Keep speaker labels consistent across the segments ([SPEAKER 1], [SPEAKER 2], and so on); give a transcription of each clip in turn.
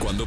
[SPEAKER 1] Cuando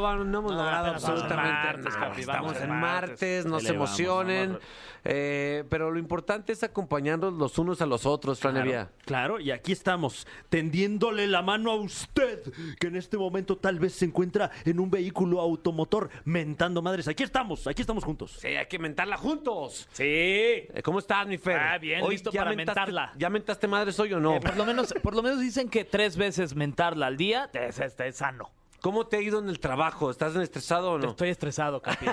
[SPEAKER 2] Bueno, no hemos logrado
[SPEAKER 3] espera, vamos
[SPEAKER 2] absolutamente
[SPEAKER 3] en martes,
[SPEAKER 2] nada.
[SPEAKER 3] Capi,
[SPEAKER 2] Estamos
[SPEAKER 3] vamos
[SPEAKER 2] en
[SPEAKER 3] en martes.
[SPEAKER 2] martes, no
[SPEAKER 3] Te
[SPEAKER 2] se
[SPEAKER 3] le vamos,
[SPEAKER 2] emocionen.
[SPEAKER 3] vamos.
[SPEAKER 2] Eh, pero lo importante es acompañarnos los unos a los otros, Fran Evia.
[SPEAKER 3] Claro, claro, y aquí estamos, tendiéndole la mano a usted, que en este momento tal vez se encuentra en un vehículo automotor mentando madres. Aquí estamos, aquí estamos juntos.
[SPEAKER 2] Sí, hay que mentarla juntos.
[SPEAKER 3] Sí.
[SPEAKER 2] Eh, ¿Cómo estás, mi Fer?
[SPEAKER 3] Ah, bien, listo para
[SPEAKER 2] mentaste-
[SPEAKER 3] mentarla.
[SPEAKER 2] ¿Ya mentaste madres hoy o no?
[SPEAKER 4] Por lo menos, por lo menos dicen que tres veces mentarla al día eh, te- es, es- es sano.
[SPEAKER 2] ¿Cómo te ha ido en el trabajo? ¿Estás estresado o no?
[SPEAKER 4] Estoy estresado, Capi.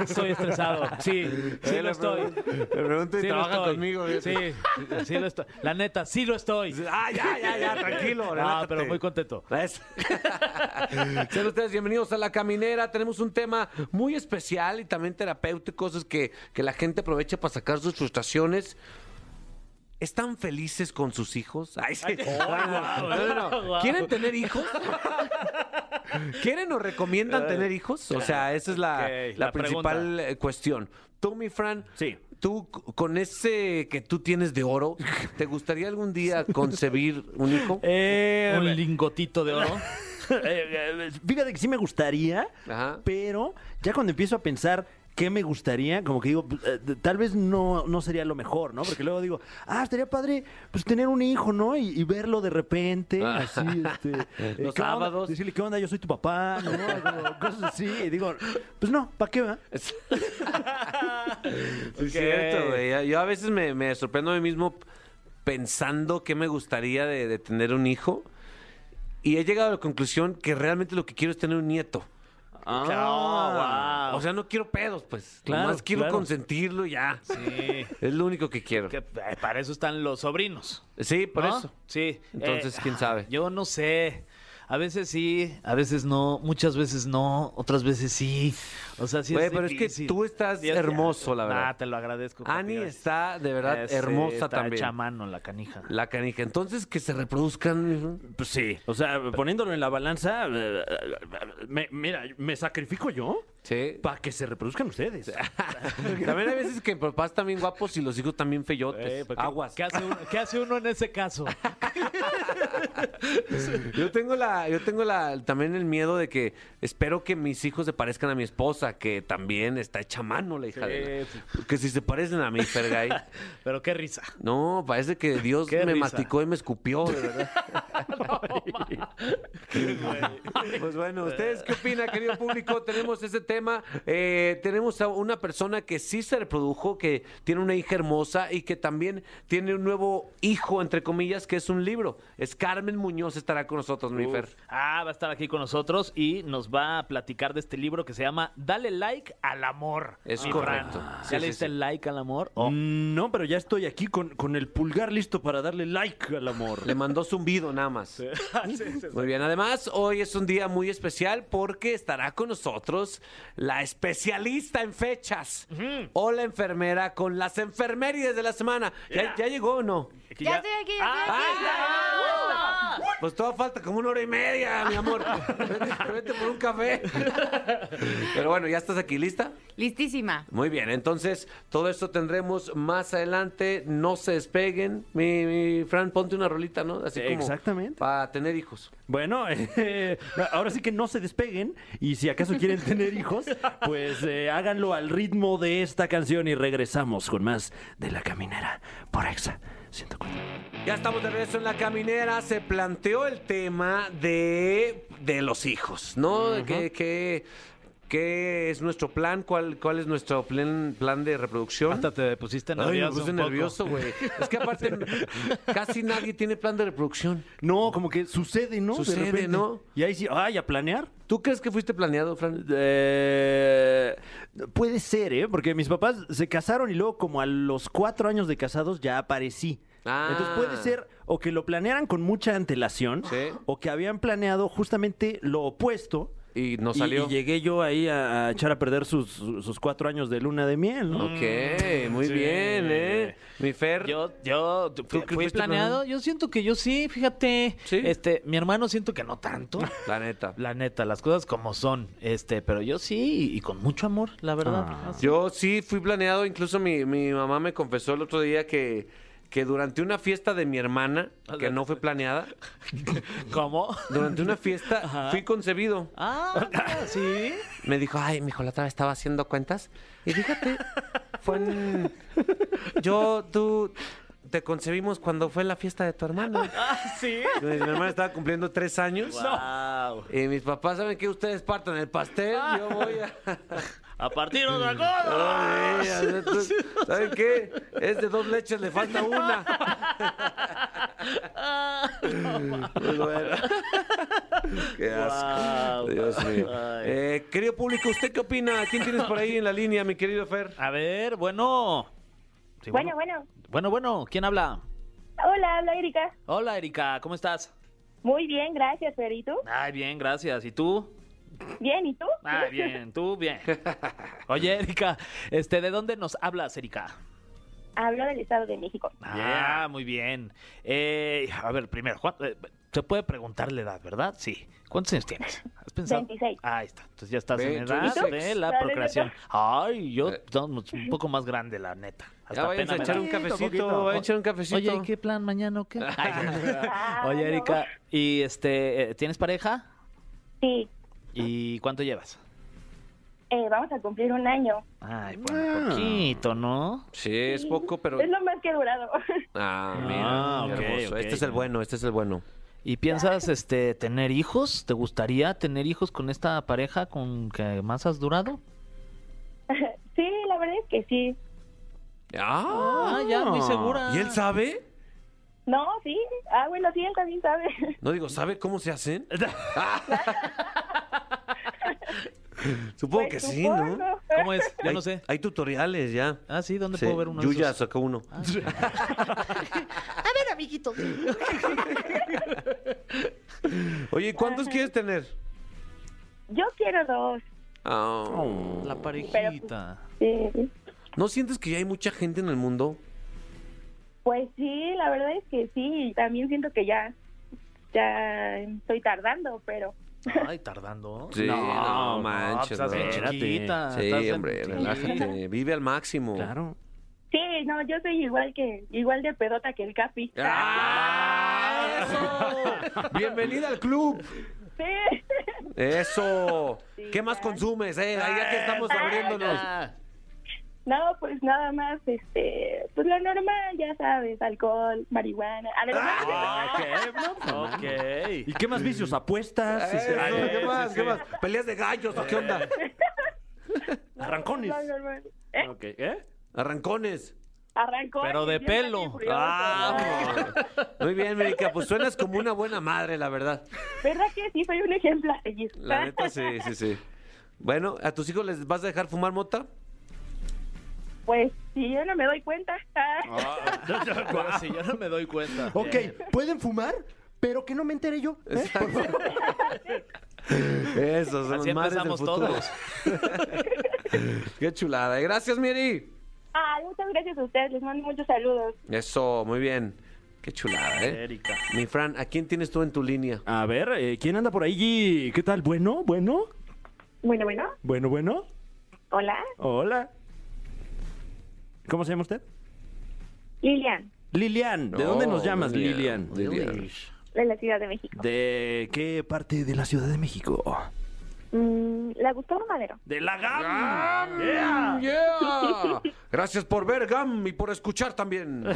[SPEAKER 4] Estoy estresado. Sí, sí
[SPEAKER 2] Eh,
[SPEAKER 4] lo
[SPEAKER 2] le
[SPEAKER 4] estoy.
[SPEAKER 2] pregunto- Le pregunto y
[SPEAKER 4] Sí lo
[SPEAKER 2] trabaja
[SPEAKER 4] estoy.
[SPEAKER 2] conmigo.
[SPEAKER 3] ¿eh?
[SPEAKER 4] Sí, sí lo estoy. La neta, sí lo estoy.
[SPEAKER 2] Ah, ya, ya, ya, tranquilo.
[SPEAKER 4] Ah,
[SPEAKER 2] relájate.
[SPEAKER 4] pero muy contento.
[SPEAKER 2] ¿Ves? Sean ustedes bienvenidos a La Caminera. Tenemos un tema muy especial y también terapéutico, es que, que la gente aprovecha para sacar sus frustraciones. ¿Están felices con sus hijos? Ay, sí. No, no, no.
[SPEAKER 4] guau.
[SPEAKER 2] ¿Quieren tener hijos? ¿Quieren o recomiendan tener hijos? O sea, esa es la,
[SPEAKER 3] Ok,
[SPEAKER 2] la
[SPEAKER 3] la
[SPEAKER 2] principal eh, cuestión. Tú, mi Fran,
[SPEAKER 3] Sí.
[SPEAKER 2] tú c- con ese que tú tienes de oro, ¿te gustaría algún día concebir un hijo?
[SPEAKER 3] Eh,
[SPEAKER 4] Un lingotito de oro.
[SPEAKER 3] eh, eh, fíjate que sí me gustaría,
[SPEAKER 2] Ajá.
[SPEAKER 3] pero ya cuando empiezo a pensar qué me gustaría, como que digo, eh, tal vez no, no sería lo mejor, ¿no? Porque luego digo, ah, estaría padre pues tener un hijo, ¿no? Y, y verlo de repente, así, este... eh,
[SPEAKER 2] Los
[SPEAKER 3] ¿qué onda?
[SPEAKER 2] sábados.
[SPEAKER 3] Decirle, ¿qué onda? Yo soy tu papá, ¿no? Como cosas así. Y digo, pues no, ¿para qué, va?
[SPEAKER 2] Sí, es cierto, güey. Yo a veces me, me sorprendo a mí mismo pensando qué me gustaría de, de tener un hijo. Y he llegado a la conclusión que realmente lo que quiero es tener un nieto.
[SPEAKER 3] Ah,
[SPEAKER 2] O sea, no quiero pedos, pues.
[SPEAKER 4] Claro,
[SPEAKER 2] Más quiero
[SPEAKER 4] claro.
[SPEAKER 2] consentirlo y ya.
[SPEAKER 4] Sí.
[SPEAKER 2] Es lo único que quiero.
[SPEAKER 4] Que, eh, para eso están los sobrinos.
[SPEAKER 2] Sí, por
[SPEAKER 4] ¿no?
[SPEAKER 2] eso.
[SPEAKER 4] Sí. eh,
[SPEAKER 2] Entonces, ¿quién sabe?
[SPEAKER 4] Yo no sé. A veces sí, a veces no, muchas veces no, otras veces sí. O sea, sí
[SPEAKER 2] Güey,
[SPEAKER 4] es
[SPEAKER 2] pero es que
[SPEAKER 4] difícil.
[SPEAKER 2] tú estás hermoso, la verdad.
[SPEAKER 4] Ah, te lo agradezco. Capi,
[SPEAKER 2] Ani
[SPEAKER 4] gracias.
[SPEAKER 2] está de verdad
[SPEAKER 4] Eh, sí,
[SPEAKER 2] hermosa
[SPEAKER 4] está
[SPEAKER 2] también.
[SPEAKER 4] hecha a mano la canija.
[SPEAKER 2] La canija. Entonces, que se reproduzcan.
[SPEAKER 3] Pues sí, o sea, poniéndolo en la balanza, eh, me- mira, me sacrifico yo
[SPEAKER 2] Sí.
[SPEAKER 3] para que se reproduzcan ustedes.
[SPEAKER 2] También hay veces que papás también guapos y los hijos también feyotes.
[SPEAKER 3] pues,
[SPEAKER 4] Eh, porque-
[SPEAKER 2] Aguas.
[SPEAKER 4] ¿Qué hace, uno, qué hace uno en ese caso?
[SPEAKER 2] Yo tengo la, yo tengo la, también el miedo de que espero que mis hijos se parezcan a mi esposa, que también está hecha a mano la hija de Que si se parecen a mí, Fergay.
[SPEAKER 4] Pero qué risa.
[SPEAKER 2] No, parece que Dios me
[SPEAKER 4] Qué risa.
[SPEAKER 2] masticó y me escupió, de verdad. pues bueno, ¿ustedes qué opinan, querido público? Tenemos ese tema. Eh, tenemos a una persona que sí se reprodujo, que tiene una hija hermosa y que también tiene un nuevo hijo, entre comillas, que es un libro. Es Carmen Muñoz, estará con nosotros, mi Fer.
[SPEAKER 4] Ah, va a estar aquí con nosotros y nos va a platicar de este libro que se llama Dale like al amor.
[SPEAKER 2] Es
[SPEAKER 4] mi
[SPEAKER 2] correcto.
[SPEAKER 4] Fran.
[SPEAKER 2] Sí,
[SPEAKER 4] ¿Ya
[SPEAKER 2] sí,
[SPEAKER 4] le diste
[SPEAKER 2] sí.
[SPEAKER 4] like al amor?
[SPEAKER 3] Mm, No, pero ya estoy aquí con, con el pulgar listo para darle like al amor.
[SPEAKER 2] Le mandó zumbido nada más. Muy bien, además hoy es un día muy especial porque estará con nosotros la especialista en fechas o la enfermera con las enfermerides de la semana. ¿Ya, ya llegó o no?
[SPEAKER 4] Aquí
[SPEAKER 5] Ya estoy aquí, ya estoy aquí.
[SPEAKER 4] Ah,
[SPEAKER 2] Pues toda falta como una hora y media, mi amor. Vete, vete por un café. Pero bueno, ya estás aquí, ¿lista?
[SPEAKER 5] Listísima.
[SPEAKER 2] Muy bien, entonces todo esto tendremos más adelante. No se despeguen. Mi, mi Fran, ponte una rolita, ¿no? Así como
[SPEAKER 3] Exactamente.
[SPEAKER 2] Para tener hijos.
[SPEAKER 3] Bueno, eh, ahora sí que no se despeguen y si acaso quieren tener hijos, pues eh, háganlo al ritmo de esta canción y regresamos con más de La Caminera por Exa 104.
[SPEAKER 2] Ya estamos de regreso en la caminera. Se planteó el tema de, de los hijos, ¿no? ¿Qué, qué, qué es nuestro plan? ¿Cuál, cuál es nuestro plan, plan de reproducción?
[SPEAKER 4] Hasta te pusiste
[SPEAKER 2] Ay,
[SPEAKER 4] nervioso.
[SPEAKER 2] me puse
[SPEAKER 4] un poco.
[SPEAKER 2] nervioso, güey. Es que aparte casi nadie tiene plan de reproducción.
[SPEAKER 3] No, como que sucede, ¿no? De
[SPEAKER 2] Sucede,
[SPEAKER 3] repente.
[SPEAKER 2] ¿no?
[SPEAKER 3] Y ahí sí, ay, a planear.
[SPEAKER 2] ¿Tú crees que fuiste planeado, Fran?
[SPEAKER 3] Eh, puede ser, ¿eh? Porque mis papás se casaron y luego como a los cuatro años de casados ya aparecí.
[SPEAKER 2] Ah.
[SPEAKER 3] Entonces puede ser o que lo planearan con mucha antelación
[SPEAKER 2] Sí.
[SPEAKER 3] o que habían planeado justamente lo opuesto.
[SPEAKER 2] Y no
[SPEAKER 3] Y-
[SPEAKER 2] salió.
[SPEAKER 3] Y, llegué yo ahí a, a echar a perder sus, sus cuatro años de luna de miel, ¿no?
[SPEAKER 2] Ok, muy bien, ¿eh? Mi Fer.
[SPEAKER 4] Mm, Yo, yo, tú- fui,
[SPEAKER 2] ¿Tú qué
[SPEAKER 4] fui
[SPEAKER 2] fuiste,
[SPEAKER 4] planeado. Yo siento que yo sí, fíjate.
[SPEAKER 2] ¿Sí?
[SPEAKER 4] Este, mi hermano siento que no tanto.
[SPEAKER 2] La neta.
[SPEAKER 4] La neta, las cosas como son. Este, pero yo sí, y, y con mucho amor, la verdad.
[SPEAKER 3] Ah.
[SPEAKER 4] Así.
[SPEAKER 2] Yo sí fui planeado, incluso mi, mi mamá me confesó el otro día que, que durante una fiesta de mi hermana, que no fue planeada,
[SPEAKER 4] ¿Cómo?
[SPEAKER 2] durante una fiesta fui concebido.
[SPEAKER 4] Ah, sí.
[SPEAKER 2] Me dijo, ay, mijo, la otra vez estaba haciendo cuentas. Y fíjate, fue en... Yo, tú, te concebimos cuando fue la fiesta de tu hermana.
[SPEAKER 4] Ah, sí.
[SPEAKER 2] Mi hermana estaba cumpliendo tres años.
[SPEAKER 4] Wow.
[SPEAKER 2] Y mis papás saben que ustedes partan el pastel, yo voy a...
[SPEAKER 4] A partir de otra cosa.
[SPEAKER 2] Ay, entonces, ¿Saben qué? Es de dos leches, le falta una. Pues bueno. Qué asco.
[SPEAKER 4] Guau,
[SPEAKER 2] Dios mío.
[SPEAKER 4] ay.
[SPEAKER 2] Eh, querido público, ¿usted qué opina? ¿Quién tienes por ahí en la línea, mi querido Fer?
[SPEAKER 4] A ver, bueno. Sí,
[SPEAKER 6] Bueno, bueno.
[SPEAKER 4] Bueno, bueno, ¿quién habla?
[SPEAKER 6] Hola, habla Erika.
[SPEAKER 4] Hola, Erika, ¿cómo estás?
[SPEAKER 6] Muy bien, gracias, Fer. ¿Y tú?
[SPEAKER 4] Ay, bien, gracias. ¿Y tú?
[SPEAKER 6] Bien, ¿y tú?
[SPEAKER 4] Ah, bien, tú bien. Oye, Erika, este, ¿de dónde nos hablas, Erika?
[SPEAKER 6] Hablo del Estado de México.
[SPEAKER 4] Ah, muy bien. Eh, a ver, primero, Juan, eh, se puede preguntar la edad, ¿verdad? Sí. ¿Cuántos años tienes? ¿Has pensado?
[SPEAKER 6] 26.
[SPEAKER 4] Ah, ahí está. Entonces ya estás en
[SPEAKER 2] 26.
[SPEAKER 4] edad de la
[SPEAKER 6] ¿Y tú?
[SPEAKER 4] procreación. Ay, yo
[SPEAKER 2] Eh.
[SPEAKER 4] no, un poco más grande, la neta. Hasta
[SPEAKER 2] Ya vayan
[SPEAKER 4] pena
[SPEAKER 2] a
[SPEAKER 4] me
[SPEAKER 2] echar
[SPEAKER 4] da.
[SPEAKER 2] un
[SPEAKER 3] Poquito,
[SPEAKER 2] cafecito,
[SPEAKER 3] poquito.
[SPEAKER 2] vayan a echar un cafecito.
[SPEAKER 4] Oye, ¿y qué plan mañana o qué?
[SPEAKER 6] Ah,
[SPEAKER 4] Oye,
[SPEAKER 6] no.
[SPEAKER 4] Erika, ¿y este, eh, tienes pareja?
[SPEAKER 6] Sí,
[SPEAKER 4] ¿Y cuánto llevas?
[SPEAKER 6] eh, vamos a cumplir un año.
[SPEAKER 4] Ay,
[SPEAKER 2] Ah.
[SPEAKER 4] bueno, poquito, ¿no?
[SPEAKER 2] Sí, es poco, pero...
[SPEAKER 6] Es lo más que he durado.
[SPEAKER 2] Ah, mira,
[SPEAKER 4] Ah, ok,
[SPEAKER 2] hermoso.
[SPEAKER 4] ok.
[SPEAKER 2] Este es el bueno, este es el bueno.
[SPEAKER 4] ¿Y piensas este tener hijos? ¿Te gustaría tener hijos con esta pareja con que más has durado?
[SPEAKER 6] sí, la verdad es que sí.
[SPEAKER 2] Ah,
[SPEAKER 4] Ah, ya, muy segura.
[SPEAKER 2] ¿y él sabe?
[SPEAKER 6] No, sí. Ah, bueno, sí, él también sabe.
[SPEAKER 2] No digo, ¿sabe cómo se hacen? Supongo
[SPEAKER 6] Pues
[SPEAKER 2] que sí, ¿no?
[SPEAKER 6] supongo.
[SPEAKER 4] ¿Cómo es? Yo
[SPEAKER 2] hay,
[SPEAKER 4] no sé.
[SPEAKER 2] Hay tutoriales ya.
[SPEAKER 4] Ah, sí, ¿dónde
[SPEAKER 2] Sí,
[SPEAKER 4] puedo ver uno de
[SPEAKER 2] Yuya
[SPEAKER 4] esos? Ah.
[SPEAKER 2] sacó uno. Oye, ¿cuántos quieres tener?
[SPEAKER 6] Yo quiero dos.
[SPEAKER 2] Ah,
[SPEAKER 4] La parejita.
[SPEAKER 6] Sí.
[SPEAKER 2] ¿No sientes que ya hay mucha gente en el mundo?
[SPEAKER 6] Pues sí, la verdad es que sí. y También siento que ya, ya estoy tardando, pero
[SPEAKER 4] Ay, tardando.
[SPEAKER 2] Sí, no, manches,
[SPEAKER 4] pues, estás
[SPEAKER 2] no.
[SPEAKER 4] bien
[SPEAKER 2] Espérate.
[SPEAKER 4] chiquita.
[SPEAKER 2] sí,
[SPEAKER 4] estás bien
[SPEAKER 2] hombre,
[SPEAKER 4] chiquita.
[SPEAKER 2] relájate. Vive al máximo.
[SPEAKER 3] Claro.
[SPEAKER 6] sí, no, yo soy igual que igual de pedota que el Capi.
[SPEAKER 2] ¡Ah! ¡Eso! ¡Bienvenida al club!
[SPEAKER 6] Sí.
[SPEAKER 2] ¡Eso!
[SPEAKER 6] Sí,
[SPEAKER 2] ¿Qué más
[SPEAKER 6] ya.
[SPEAKER 2] consumes, eh? Ahí ya que estamos
[SPEAKER 6] Ah,
[SPEAKER 2] abriéndonos.
[SPEAKER 4] Ah,
[SPEAKER 6] No, pues nada más, este, pues lo normal, ya sabes, alcohol, marihuana. A ver,
[SPEAKER 3] ah,
[SPEAKER 4] ok.
[SPEAKER 3] pues, ¿Y
[SPEAKER 4] Ok.
[SPEAKER 3] qué más vicios? ¿Apuestas?
[SPEAKER 2] Eso,
[SPEAKER 3] Este,
[SPEAKER 4] Ay,
[SPEAKER 2] ¿Qué
[SPEAKER 4] sí,
[SPEAKER 2] más?
[SPEAKER 4] sí.
[SPEAKER 2] ¿Qué más? ¿Peleas de gallos? ¿o ¿Qué onda?
[SPEAKER 3] ¿Arrancones?
[SPEAKER 6] lo normal. ¿Eh?
[SPEAKER 3] Ok, ¿eh?
[SPEAKER 2] Arrancones. Ah,
[SPEAKER 6] Arrancó.
[SPEAKER 4] Pero de
[SPEAKER 6] yo también
[SPEAKER 4] pelo.
[SPEAKER 6] furiosa.
[SPEAKER 2] Muy bien, Mérica. Pues suenas como una buena madre, la verdad.
[SPEAKER 6] ¿Verdad que sí? Soy un ejemplo a seguir.
[SPEAKER 2] La neta, sí, sí, sí. Bueno, ¿a tus hijos les vas a dejar fumar mota?
[SPEAKER 6] Pues sí, yo no me doy cuenta.
[SPEAKER 4] Ahora sí, yo no me doy cuenta.
[SPEAKER 2] Eh.
[SPEAKER 4] Bien.
[SPEAKER 3] Ok, ¿pueden fumar? Pero que no me entere yo. ¿eh?
[SPEAKER 2] Eso, son
[SPEAKER 4] Así
[SPEAKER 2] las madres del
[SPEAKER 4] empezamos
[SPEAKER 2] futuro.
[SPEAKER 4] todos.
[SPEAKER 2] Qué chulada. Gracias, Mieri.
[SPEAKER 6] Ay, muchas gracias a ustedes, les mando muchos saludos.
[SPEAKER 2] Eso, muy bien. Qué chulada, ¿eh?
[SPEAKER 4] Erika.
[SPEAKER 2] Mi Fran, ¿a quién tienes tú en tu línea?
[SPEAKER 3] A ver, eh, ¿quién anda por ahí? ¿Qué tal? ¿Bueno? ¿Bueno?
[SPEAKER 6] Bueno, bueno,
[SPEAKER 3] ¿Bueno, bueno?
[SPEAKER 6] hola,
[SPEAKER 3] Hola. ¿Cómo se llama usted?
[SPEAKER 6] Lilian,
[SPEAKER 3] Lilian. ¿De
[SPEAKER 2] No,
[SPEAKER 3] dónde nos llamas,
[SPEAKER 2] Lilian,
[SPEAKER 3] Lilian?
[SPEAKER 2] Lilian.
[SPEAKER 6] de la Ciudad de México.
[SPEAKER 3] ¿De qué parte de la Ciudad de México?
[SPEAKER 6] Mm, la Gustavo Madero.
[SPEAKER 3] ¡De la GAM!
[SPEAKER 2] Mm, yeah. Gracias por ver, Gam, y por escuchar también.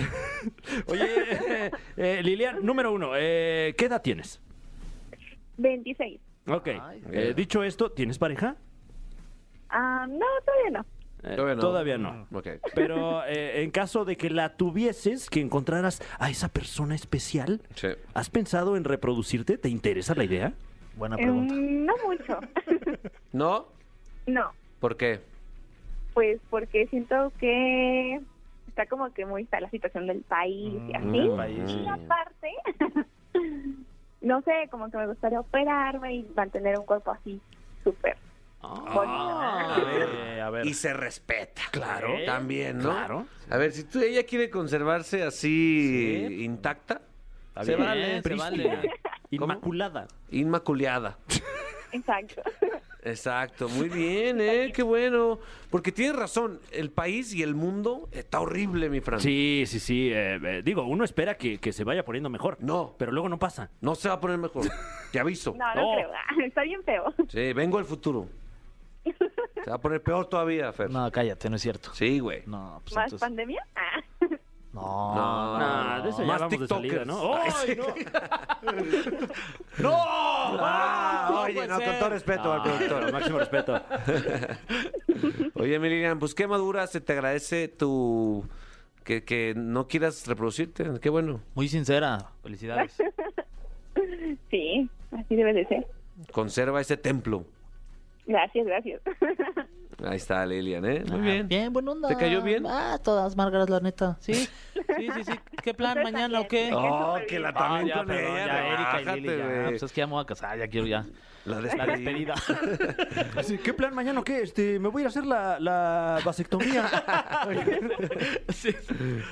[SPEAKER 3] Oye, eh, eh, Lilian, número uno, eh, ¿qué edad tienes?
[SPEAKER 6] 26.
[SPEAKER 3] Ok.
[SPEAKER 4] Ay,
[SPEAKER 3] eh, dicho esto, ¿tienes pareja?
[SPEAKER 6] Ah, no, todavía no.
[SPEAKER 3] Eh,
[SPEAKER 2] Todavía no. Mm, Ok.
[SPEAKER 3] Pero eh, en caso de que la tuvieses, que encontraras a esa persona especial,
[SPEAKER 2] Sí.
[SPEAKER 3] ¿has pensado en reproducirte? ¿Te interesa la idea?
[SPEAKER 4] Buena pregunta.
[SPEAKER 6] Mm, no mucho.
[SPEAKER 2] ¿No?
[SPEAKER 6] no,
[SPEAKER 2] ¿Por qué?
[SPEAKER 6] pues porque siento que está como que muy está la situación del país y así.
[SPEAKER 2] Mm.
[SPEAKER 4] del país,
[SPEAKER 6] y
[SPEAKER 4] sí.
[SPEAKER 6] aparte, no sé, como que me gustaría operarme y mantener un cuerpo así súper.
[SPEAKER 4] Ah.
[SPEAKER 2] A ver,
[SPEAKER 3] Eh,
[SPEAKER 4] a ver.
[SPEAKER 2] y se respeta.
[SPEAKER 4] Claro.
[SPEAKER 2] También, ¿no?
[SPEAKER 4] Claro.
[SPEAKER 2] A ver, si tú, ella quiere conservarse así
[SPEAKER 3] Sí.
[SPEAKER 2] intacta,
[SPEAKER 3] Está
[SPEAKER 2] se
[SPEAKER 3] bien,
[SPEAKER 2] vale, se
[SPEAKER 3] prístina,
[SPEAKER 2] vale.
[SPEAKER 3] Inmaculada.
[SPEAKER 2] Inmaculada.
[SPEAKER 6] Exacto.
[SPEAKER 2] Exacto, muy bien, ¿eh? Qué bueno. Porque tienes razón, el país y el mundo está horrible, mi Fran.
[SPEAKER 3] Sí, sí, sí. eh, eh, digo, uno espera que, que se vaya poniendo mejor.
[SPEAKER 2] No.
[SPEAKER 3] Pero luego no pasa.
[SPEAKER 2] No se va a poner mejor, te aviso.
[SPEAKER 6] No, no
[SPEAKER 4] No. Pues
[SPEAKER 6] creo. Ah, Está bien feo.
[SPEAKER 2] Sí, vengo al futuro. Se va a poner peor todavía, Fer.
[SPEAKER 4] No, cállate, no es cierto.
[SPEAKER 2] Sí, güey.
[SPEAKER 4] No, pues
[SPEAKER 6] ¿Más
[SPEAKER 4] entonces-
[SPEAKER 6] pandemia? Ah.
[SPEAKER 4] No,
[SPEAKER 2] No,
[SPEAKER 3] Nah, de eso ya
[SPEAKER 2] Más
[SPEAKER 3] vamos de salida,
[SPEAKER 2] tiktokers.
[SPEAKER 3] ¿no? ¡Ay, no!
[SPEAKER 2] Ah, oye, no, con todo respeto al
[SPEAKER 3] Oh, Ah,
[SPEAKER 2] productor.
[SPEAKER 3] máximo respeto.
[SPEAKER 2] Oye, Miriam, pues qué madura, se te agradece tu... Que, que no quieras reproducirte, qué bueno.
[SPEAKER 4] muy sincera. Felicidades.
[SPEAKER 6] Sí, así debe de ser.
[SPEAKER 2] Conserva ese templo.
[SPEAKER 6] Gracias, gracias.
[SPEAKER 2] Ahí está Lilian, ¿eh?
[SPEAKER 4] Ah,
[SPEAKER 2] Muy bien.
[SPEAKER 7] Bien, buena onda.
[SPEAKER 2] ¿Te cayó bien?
[SPEAKER 7] Ah, todas Margaras, la neta. Sí, sí, sí, sí. ¿Qué plan
[SPEAKER 6] Ustedes
[SPEAKER 7] mañana o qué?
[SPEAKER 6] también.
[SPEAKER 2] Oh, que la
[SPEAKER 4] Ah,
[SPEAKER 2] también
[SPEAKER 4] ya,
[SPEAKER 2] con
[SPEAKER 4] perdón,
[SPEAKER 2] ella,
[SPEAKER 4] ya, Erika y
[SPEAKER 2] relájate,
[SPEAKER 4] Lili, ya.
[SPEAKER 2] güey.
[SPEAKER 4] Pues es que ya me voy a casar, ya quiero ya.
[SPEAKER 2] La
[SPEAKER 4] La
[SPEAKER 2] despedida.
[SPEAKER 4] despedida.
[SPEAKER 3] Así, ¿Qué plan mañana o qué? Este, me voy a ir a hacer la, la vasectomía.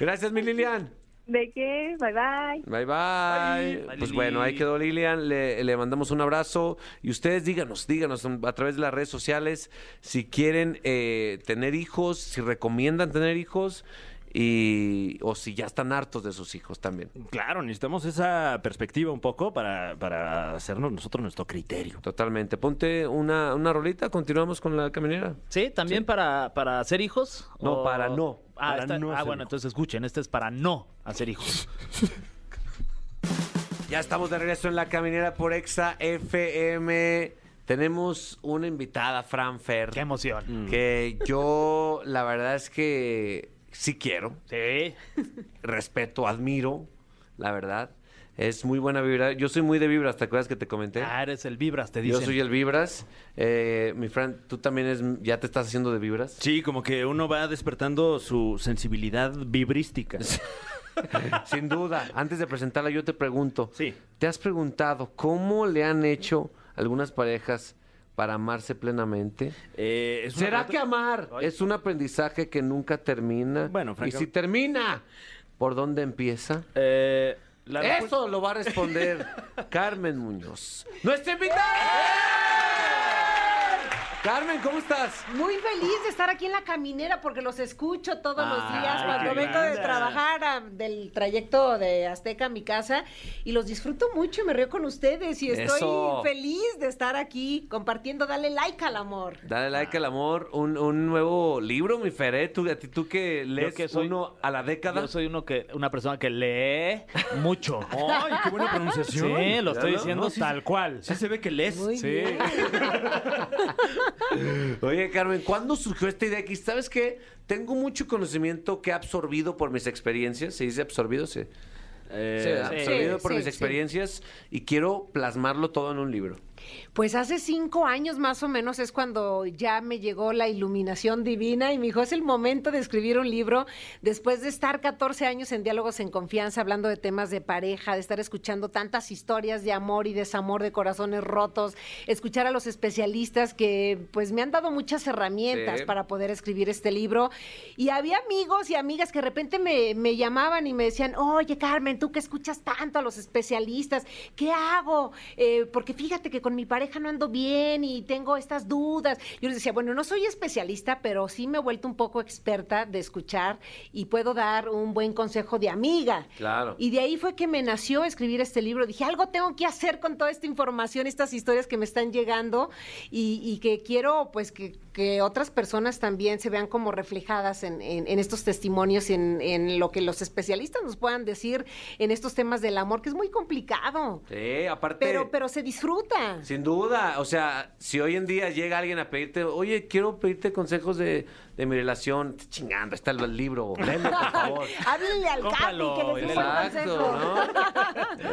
[SPEAKER 2] Gracias, mi Lilian.
[SPEAKER 6] ¿De qué? Bye, bye.
[SPEAKER 2] Bye, bye.
[SPEAKER 4] Bye,
[SPEAKER 2] pues
[SPEAKER 4] Lili.
[SPEAKER 2] bueno, ahí quedó Lilian. Le, le mandamos un abrazo. Y ustedes díganos, díganos a través de las redes sociales si quieren eh, tener hijos, si recomiendan tener hijos y o si ya están hartos de sus hijos también.
[SPEAKER 3] claro, necesitamos esa perspectiva un poco para, para hacernos nosotros nuestro criterio.
[SPEAKER 2] Totalmente. Ponte una, una rolita. Continuamos con la caminera.
[SPEAKER 4] Sí, también Para, para hacer hijos.
[SPEAKER 2] No, para no.
[SPEAKER 4] Ah,
[SPEAKER 3] Para
[SPEAKER 4] esta-
[SPEAKER 3] no
[SPEAKER 4] ah,
[SPEAKER 3] hacer
[SPEAKER 4] bueno,
[SPEAKER 3] hijos.
[SPEAKER 4] entonces escuchen, este es para no hacer hijos.
[SPEAKER 2] Ya estamos de regreso en la caminera por Exa FM. Tenemos una invitada, Fran Fer.
[SPEAKER 4] Qué
[SPEAKER 3] Mm.
[SPEAKER 4] emoción.
[SPEAKER 2] que yo la verdad es que sí quiero,
[SPEAKER 4] Sí.
[SPEAKER 2] respeto, admiro, la verdad. Es muy buena vibra. Yo soy muy de vibras, ¿te acuerdas que te comenté?
[SPEAKER 4] Ah, eres el vibras, te
[SPEAKER 2] yo
[SPEAKER 4] dicen.
[SPEAKER 2] soy el vibras. Eh, mi Fran, tú también es, ya te estás haciendo de vibras.
[SPEAKER 3] Sí, como que uno va despertando su sensibilidad vibrística.
[SPEAKER 2] Sin duda. Antes de presentarla, yo te pregunto.
[SPEAKER 3] Sí.
[SPEAKER 2] ¿Te has preguntado cómo le han hecho algunas parejas para amarse plenamente?
[SPEAKER 3] Eh, es una
[SPEAKER 2] ¿Será
[SPEAKER 3] pregunta-
[SPEAKER 2] que amar es un aprendizaje que nunca termina?
[SPEAKER 3] Bueno,
[SPEAKER 2] y
[SPEAKER 3] francamente-
[SPEAKER 2] si termina, ¿por dónde empieza?
[SPEAKER 3] Eh, la respuesta-
[SPEAKER 2] Eso lo va a responder Carmen Muñoz. ¡Nuestra invitada!
[SPEAKER 3] ¡Eh!
[SPEAKER 2] Carmen, ¿cómo estás?
[SPEAKER 8] Muy feliz de estar aquí en la caminera porque los escucho todos los días cuando
[SPEAKER 3] qué
[SPEAKER 8] vengo de
[SPEAKER 3] linda.
[SPEAKER 8] trabajar a- del trayecto de Azteca a mi casa y los disfruto mucho y me río con ustedes y estoy
[SPEAKER 2] Eso.
[SPEAKER 8] feliz de estar aquí compartiendo. Dale like al amor.
[SPEAKER 2] Dale like al amor, un, un nuevo libro, mi Feré, tú, a ti, tú que lees
[SPEAKER 4] que soy-
[SPEAKER 2] uno a la década.
[SPEAKER 4] Yo soy uno que, una persona que lee mucho.
[SPEAKER 3] ¡Ay, qué buena pronunciación!
[SPEAKER 4] Sí, lo estoy
[SPEAKER 2] ¿Verdad?
[SPEAKER 4] diciendo
[SPEAKER 3] No, sí,
[SPEAKER 4] tal cual.
[SPEAKER 3] Sí se ve que lees.
[SPEAKER 8] Muy bien.
[SPEAKER 2] Oye, Carmen, ¿cuándo surgió esta idea? Que sabes que tengo mucho conocimiento que he absorbido por mis experiencias. ¿Se dice absorbido? Sí. Sí,
[SPEAKER 3] Eh,
[SPEAKER 2] absorbido
[SPEAKER 8] Sí,
[SPEAKER 2] por
[SPEAKER 8] sí,
[SPEAKER 2] mis
[SPEAKER 8] sí.
[SPEAKER 2] experiencias y quiero plasmarlo todo en un libro.
[SPEAKER 8] Pues hace cinco años más o menos es cuando ya me llegó la iluminación divina y me dijo, es el momento de escribir un libro después de estar 14 años en diálogos en confianza, hablando de temas de pareja, de estar escuchando tantas historias de amor y desamor, de corazones rotos, escuchar a los especialistas que pues me han dado muchas herramientas
[SPEAKER 2] Sí.
[SPEAKER 8] para poder escribir este libro. Y había amigos y amigas que de repente me, me llamaban y me decían, oye Carmen, tú que escuchas tanto a los especialistas, ¿qué hago? Eh, porque fíjate que con mi pareja no ando bien y tengo estas dudas. Yo les decía, bueno, no soy especialista, pero sí me he vuelto un poco experta de escuchar y puedo dar un buen consejo de amiga.
[SPEAKER 2] Claro.
[SPEAKER 8] Y de ahí fue que me nació escribir este libro. Dije, algo tengo que hacer con toda esta información, estas historias que me están llegando y, y que quiero pues que, que otras personas también se vean como reflejadas en, en- en estos testimonios, en, en lo que los especialistas nos puedan decir en estos temas del amor, que es muy complicado,
[SPEAKER 2] Sí, aparte.
[SPEAKER 8] pero, pero se disfruta.
[SPEAKER 2] Sin duda, o sea, si hoy en día llega alguien a pedirte, oye, quiero pedirte consejos de, de mi relación, te chingando, está el libro, léelo, por favor.
[SPEAKER 8] Háblenle al
[SPEAKER 4] Cómpralo,
[SPEAKER 8] Capi que
[SPEAKER 4] y
[SPEAKER 8] les dé un
[SPEAKER 2] Exacto,
[SPEAKER 8] consejo.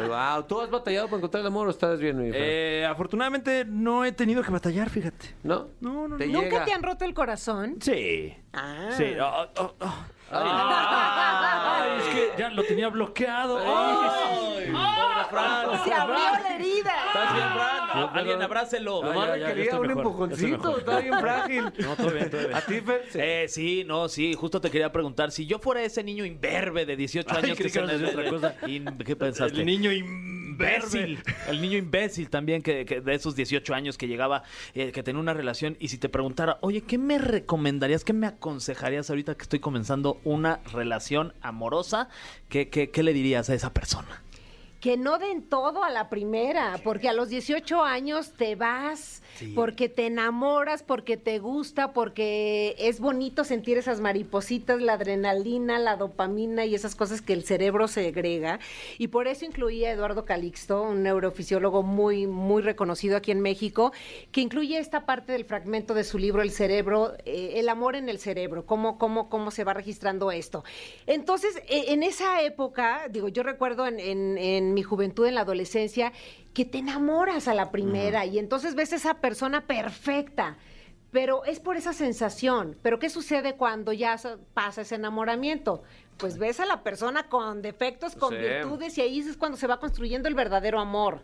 [SPEAKER 2] ¿no? wow, ¿tú has batallado para encontrar el amor o estás bien, mi Fran?
[SPEAKER 3] eh, afortunadamente no he tenido que batallar, fíjate.
[SPEAKER 2] ¿No?
[SPEAKER 3] no, no,
[SPEAKER 2] ¿Te
[SPEAKER 8] ¿Nunca
[SPEAKER 2] llega?
[SPEAKER 8] te han roto el corazón?
[SPEAKER 3] Sí.
[SPEAKER 8] Ah.
[SPEAKER 3] Sí.
[SPEAKER 4] Oh,
[SPEAKER 3] Ah, ah, ah. Ay, es que ya lo tenía bloqueado. Ay,
[SPEAKER 2] Pobre
[SPEAKER 9] Fran.
[SPEAKER 8] Se abrió la herida.
[SPEAKER 9] ¿Estás bien,
[SPEAKER 2] Ah,
[SPEAKER 9] Fran?
[SPEAKER 2] Yo, pero-
[SPEAKER 9] Alguien abrácelo.
[SPEAKER 4] Ah,
[SPEAKER 2] Lo más
[SPEAKER 3] ya, ya, ya
[SPEAKER 2] requería
[SPEAKER 3] estoy
[SPEAKER 2] un
[SPEAKER 3] mejor, ya estoy
[SPEAKER 2] empujoncito,
[SPEAKER 3] mejor.
[SPEAKER 2] está bien frágil.
[SPEAKER 3] No, todo bien, todo bien.
[SPEAKER 2] ¿A ti, Fer? Sí.
[SPEAKER 9] Eh, sí, no, sí, justo te quería preguntar, si yo fuera ese niño imberbe de 18
[SPEAKER 3] Ay,
[SPEAKER 9] años
[SPEAKER 3] creí que ibas a
[SPEAKER 9] se-
[SPEAKER 3] decir otra cosa.
[SPEAKER 9] In- ¿Qué pensaste?
[SPEAKER 2] este,
[SPEAKER 3] El niño
[SPEAKER 9] imbécil. El niño imbécil también que, que de esos 18 años que llegaba, eh, que tenía una relación y si te preguntara, oye, ¿qué me recomendarías, qué me aconsejarías ahorita que estoy comenzando una relación amorosa? ¿Qué, qué, qué le dirías a esa persona?
[SPEAKER 8] Que no den todo a la primera, porque a los 18 años te vas, porque te enamoras, porque te gusta, porque es bonito sentir esas maripositas, la adrenalina, la dopamina y esas cosas que el cerebro segrega. Y por eso incluía a Eduardo Calixto, un neurofisiólogo muy, muy reconocido aquí en México, que incluye esta parte del fragmento de su libro El cerebro, eh, el amor en el cerebro, cómo, cómo, cómo se va registrando esto. Entonces, e- en esa época, digo, yo recuerdo en, en- en mi juventud, en la adolescencia, que te enamoras a la primera y entonces ves esa persona perfecta. Pero es por esa sensación. Pero ¿qué sucede cuando ya so- pasa ese enamoramiento? Pues ves a la persona con defectos, con
[SPEAKER 2] Sí.
[SPEAKER 8] virtudes y ahí es cuando se va construyendo el verdadero amor.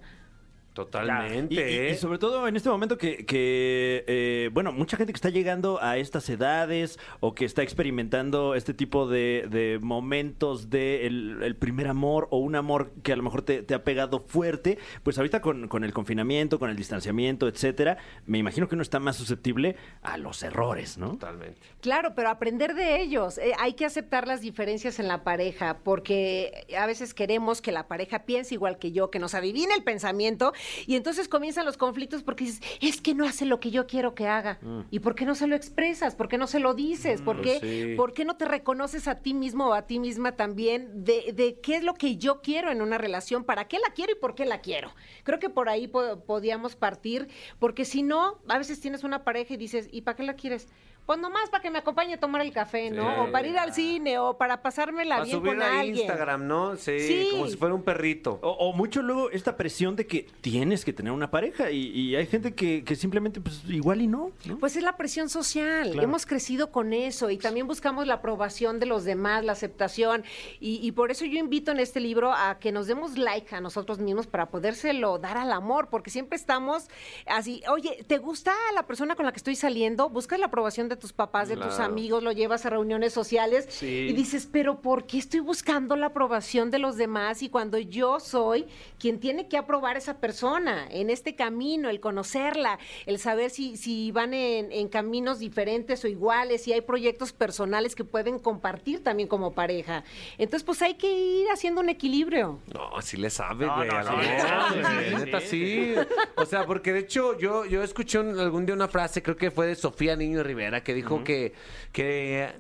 [SPEAKER 2] Totalmente,
[SPEAKER 3] Y, y-
[SPEAKER 2] ¿eh?
[SPEAKER 3] y sobre todo en este momento que, que, eh, bueno, mucha gente que está llegando a estas edades o que está experimentando este tipo de, de momentos de el, el primer amor o un amor que a lo mejor te, te ha pegado fuerte, pues ahorita con, con el confinamiento, con el distanciamiento, etcétera, me imagino que uno está más susceptible a los errores, ¿no?
[SPEAKER 2] Totalmente.
[SPEAKER 8] Claro, pero aprender de ellos. Eh, hay que aceptar las diferencias en la pareja, porque a veces queremos que la pareja piense igual que yo, que nos adivine el pensamiento, y entonces comienzan los conflictos porque dices, es que no hace lo que yo quiero que haga. ¿Y por qué no se lo expresas? ¿Por qué no se lo dices? ¿Por,
[SPEAKER 2] Mm. pues
[SPEAKER 8] qué,
[SPEAKER 2] sí.
[SPEAKER 8] por qué no te reconoces a ti mismo o a ti misma también de, de qué es lo que yo quiero en una relación? ¿Para qué la quiero y por qué la quiero? Creo que por ahí po- podíamos partir, porque si no, a veces tienes una pareja y dices, ¿y para qué la quieres? Pues nomás para que me acompañe a tomar el café, ¿no?
[SPEAKER 2] Sí. Ah.
[SPEAKER 8] O para ir al cine, o para pasármela
[SPEAKER 2] Para
[SPEAKER 8] bien
[SPEAKER 2] subir
[SPEAKER 8] con
[SPEAKER 2] a
[SPEAKER 8] alguien.
[SPEAKER 2] Instagram, ¿no? Sí,
[SPEAKER 8] Sí.
[SPEAKER 2] como si fuera un perrito.
[SPEAKER 3] O, o mucho luego esta presión de que tienes que tener una pareja y, y hay gente que, que simplemente pues igual y no, ¿no?
[SPEAKER 8] Pues es la presión social,
[SPEAKER 3] Claro.
[SPEAKER 8] hemos crecido con eso y también buscamos la aprobación de los demás, la aceptación y, y por eso yo invito en este libro a que nos demos like a nosotros mismos para podérselo dar al amor, porque siempre estamos así, oye, ¿te gusta la persona con la que estoy saliendo? Buscas la aprobación de tus papás, de tus
[SPEAKER 2] Claro.
[SPEAKER 8] amigos, lo llevas a reuniones sociales
[SPEAKER 2] Sí.
[SPEAKER 8] y dices, pero ¿por qué estoy buscando la aprobación de los demás y cuando yo soy quien tiene que aprobar a esa persona en este camino, el conocerla, el saber si, si van en, en caminos diferentes o iguales, si hay proyectos personales que pueden compartir también como pareja? Entonces, pues hay que ir haciendo un equilibrio.
[SPEAKER 2] No, sí le sabe,
[SPEAKER 4] No,
[SPEAKER 2] güey.
[SPEAKER 4] no,
[SPEAKER 2] al
[SPEAKER 4] no, le
[SPEAKER 2] amor,
[SPEAKER 4] sabe,
[SPEAKER 2] güey,
[SPEAKER 4] sí,
[SPEAKER 2] neta,
[SPEAKER 4] sí,
[SPEAKER 2] sí. O sea, porque de hecho, yo, yo escuché un- algún día una frase, creo que fue de Sofía Niño Rivera, que dijo que, que,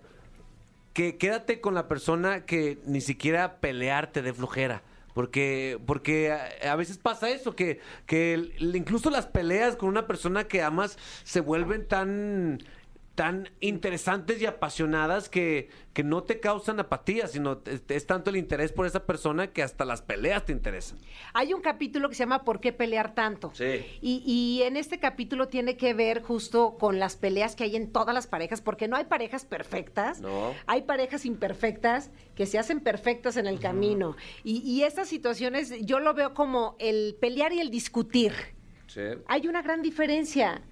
[SPEAKER 2] que quédate con la persona que ni siquiera pelearte de flojera. Porque, porque a, a veces pasa eso, que, que el- incluso las peleas con una persona que amas se vuelven tan tan interesantes y apasionadas que, que no te causan apatía, sino es, es tanto el interés por esa persona que hasta las peleas te interesan.
[SPEAKER 8] Hay un capítulo que se llama ¿Por qué pelear tanto?
[SPEAKER 2] Sí.
[SPEAKER 8] Y, y en este capítulo tiene que ver justo con las peleas que hay en todas las parejas, porque no hay parejas perfectas,
[SPEAKER 2] No.
[SPEAKER 8] hay parejas imperfectas que se hacen perfectas en el camino. Y, y estas situaciones yo lo veo como el pelear y el discutir. Hay una gran diferencia.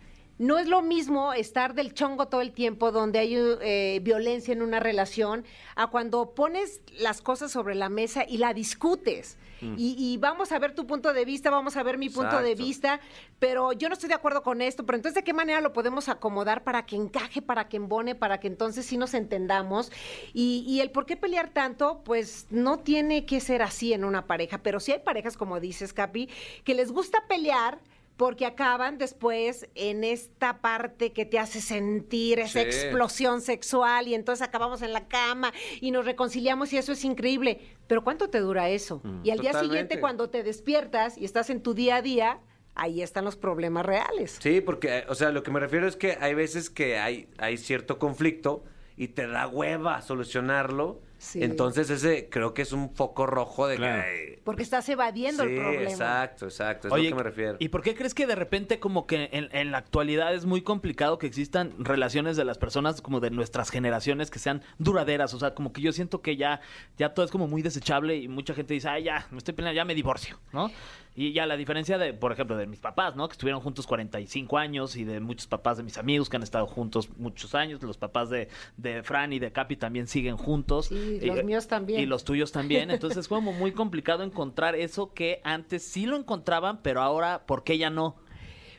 [SPEAKER 8] No es lo mismo estar del chongo todo el tiempo donde hay eh, violencia en una relación a cuando pones las cosas sobre la mesa y la discutes. Y, y vamos a ver tu punto de vista, vamos a ver mi punto de
[SPEAKER 2] Exacto.
[SPEAKER 8] vista, pero yo no estoy de acuerdo con esto, pero entonces de qué manera lo podemos acomodar para que encaje, para que embone, para que entonces sí nos entendamos. Y, y el por qué pelear tanto, pues no tiene que ser así en una pareja, pero sí hay parejas, como dices, Capi, que les gusta pelear porque acaban después en esta parte que te hace sentir esa
[SPEAKER 2] Sí.
[SPEAKER 8] explosión sexual y entonces acabamos en la cama y nos reconciliamos y eso es increíble. Pero ¿cuánto te dura eso? y al día
[SPEAKER 2] Mm, Totalmente.
[SPEAKER 8] siguiente cuando te despiertas y estás en tu día a día, ahí están los problemas reales.
[SPEAKER 2] Sí, porque, eh, o sea, lo que me refiero es que hay veces que hay, hay cierto conflicto y te da hueva solucionarlo
[SPEAKER 8] Sí.
[SPEAKER 2] Entonces ese creo que es un foco rojo de
[SPEAKER 3] Claro.
[SPEAKER 2] que...
[SPEAKER 8] Porque estás evadiendo el
[SPEAKER 2] Sí,
[SPEAKER 8] problema.
[SPEAKER 2] exacto, exacto, es
[SPEAKER 9] Oye,
[SPEAKER 2] lo que me refiero.
[SPEAKER 9] ¿Y por qué crees que de repente como que en, en la actualidad es muy complicado que existan relaciones de las personas como de nuestras generaciones que sean duraderas? O sea, como que yo siento que ya, ya todo es como muy desechable y mucha gente dice, ay, ya, me estoy peleando, ya me divorcio, ¿no? Y ya la diferencia de, por ejemplo, de mis papás, ¿no? Que estuvieron juntos 45 años y de muchos papás de mis amigos que han estado juntos muchos años. Los papás de, de Fran y de Capi también siguen juntos.
[SPEAKER 8] Sí,
[SPEAKER 9] Y-
[SPEAKER 8] los míos también.
[SPEAKER 9] Y los tuyos también. Entonces es como muy complicado encontrar eso que antes sí lo encontraban, pero ahora, ¿por qué ya no?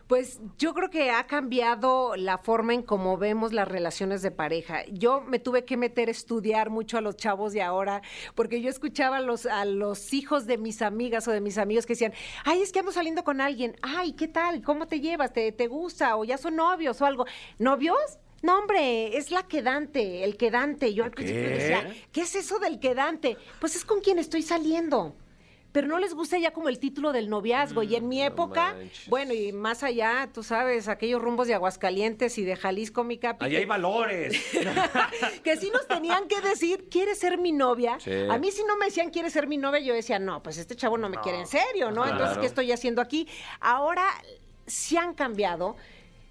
[SPEAKER 8] Pues yo creo que ha cambiado la forma en cómo vemos las relaciones de pareja. Yo me tuve que meter a estudiar mucho a los chavos de ahora, porque yo escuchaba a los, a los hijos de mis amigas o de mis amigos que decían, ay, es que ando saliendo con alguien, ay, ¿qué tal? ¿Cómo te llevas? ¿Te, te gusta? ¿O ya son novios o algo? ¿Novios? No, hombre, es la quedante, el quedante. Yo al principio decía, ¿qué es eso del quedante? Pues es con quien estoy saliendo. Pero no les gusta ya como el título del noviazgo. y en mi época,
[SPEAKER 2] Mm, manches.
[SPEAKER 8] bueno, y más allá, tú sabes, aquellos rumbos de Aguascalientes y de Jalisco, mi capi.
[SPEAKER 2] Ahí hay valores.
[SPEAKER 8] que sí nos tenían que decir, ¿quieres ser mi novia?
[SPEAKER 2] Sí.
[SPEAKER 8] A mí si no me decían, ¿quieres ser mi novia? Yo decía, no, pues este chavo no me quiere en serio, ¿no? Entonces,
[SPEAKER 2] Claro.
[SPEAKER 8] ¿qué estoy haciendo aquí? Ahora sí han cambiado.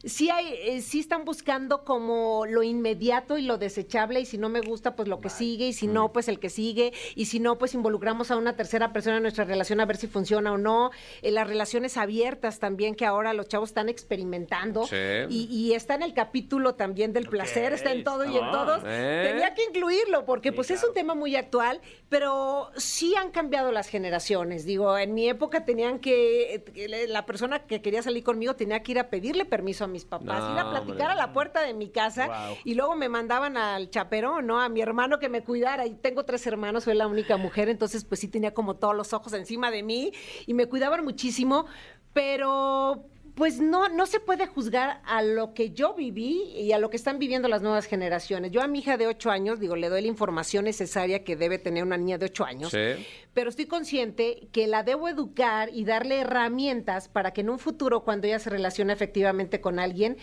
[SPEAKER 8] Sí, hay, eh, sí están buscando como lo inmediato y lo desechable y si no me gusta pues lo que sigue y si
[SPEAKER 2] Mm.
[SPEAKER 8] no pues el que sigue y si no pues involucramos a una tercera persona en nuestra relación a ver si funciona o no. Eh, las relaciones abiertas también que ahora los chavos están experimentando
[SPEAKER 2] Sí.
[SPEAKER 8] y, y está en el capítulo también del placer, está en todo y en todos.
[SPEAKER 2] ¿Eh?
[SPEAKER 8] Tenía que incluirlo porque pues es un tema muy actual, pero sí han cambiado las generaciones. Digo, en mi época tenían que, eh, la persona que quería salir conmigo tenía que ir a pedirle permiso a mis papás,
[SPEAKER 2] No,
[SPEAKER 8] ir a platicar
[SPEAKER 2] hombre.
[SPEAKER 8] a la puerta de mi casa y luego me mandaban al chaperón, ¿no? A mi hermano que me cuidara. Y tengo tres hermanos, soy la única mujer, entonces pues sí tenía como todos los ojos encima de mí y me cuidaban muchísimo, pero pues no, no se puede juzgar a lo que yo viví y a lo que están viviendo las nuevas generaciones. Yo a mi hija de ocho años, digo, le doy la información necesaria que debe tener una niña de ocho años
[SPEAKER 2] Sí.
[SPEAKER 8] pero estoy consciente que la debo educar y darle herramientas para que en un futuro, cuando ella se relacione efectivamente con alguien,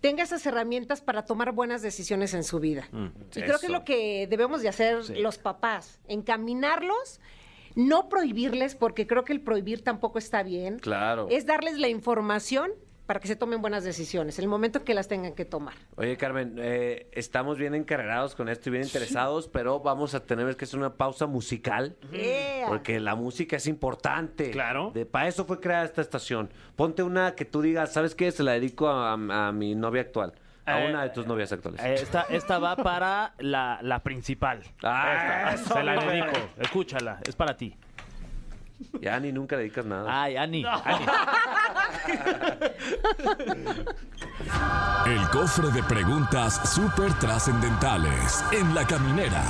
[SPEAKER 8] tenga esas herramientas para tomar buenas decisiones en su vida. y creo que es
[SPEAKER 2] Mm, eso.
[SPEAKER 8] lo que debemos de hacer los papás, encaminarlos, no prohibirles, porque creo que el prohibir tampoco está bien.
[SPEAKER 2] Claro.
[SPEAKER 8] Es darles la información para que se tomen buenas decisiones, en el momento en que las tengan que tomar.
[SPEAKER 2] Oye, Carmen, eh, estamos bien encarrerados con esto y bien interesados, pero vamos a tener que hacer una pausa musical.
[SPEAKER 8] ¡Ea!
[SPEAKER 2] Porque la música es importante.
[SPEAKER 3] Claro.
[SPEAKER 2] De, para eso fue creada esta estación. Ponte una que tú digas, ¿sabes qué? Se la dedico a, a mi novia actual. A
[SPEAKER 4] Eh,
[SPEAKER 2] una de tus novias actuales.
[SPEAKER 4] Eh, Esta, esta va para la, la principal.
[SPEAKER 2] Ah,
[SPEAKER 4] Esta,
[SPEAKER 2] eso,
[SPEAKER 4] se la
[SPEAKER 2] hombre.
[SPEAKER 4] dedico. Escúchala, es para ti. Eh.
[SPEAKER 2] Ya ni nunca le dedicas nada.
[SPEAKER 4] Ay, Ani. Ani.
[SPEAKER 1] El cofre de preguntas súper trascendentales en la caminera.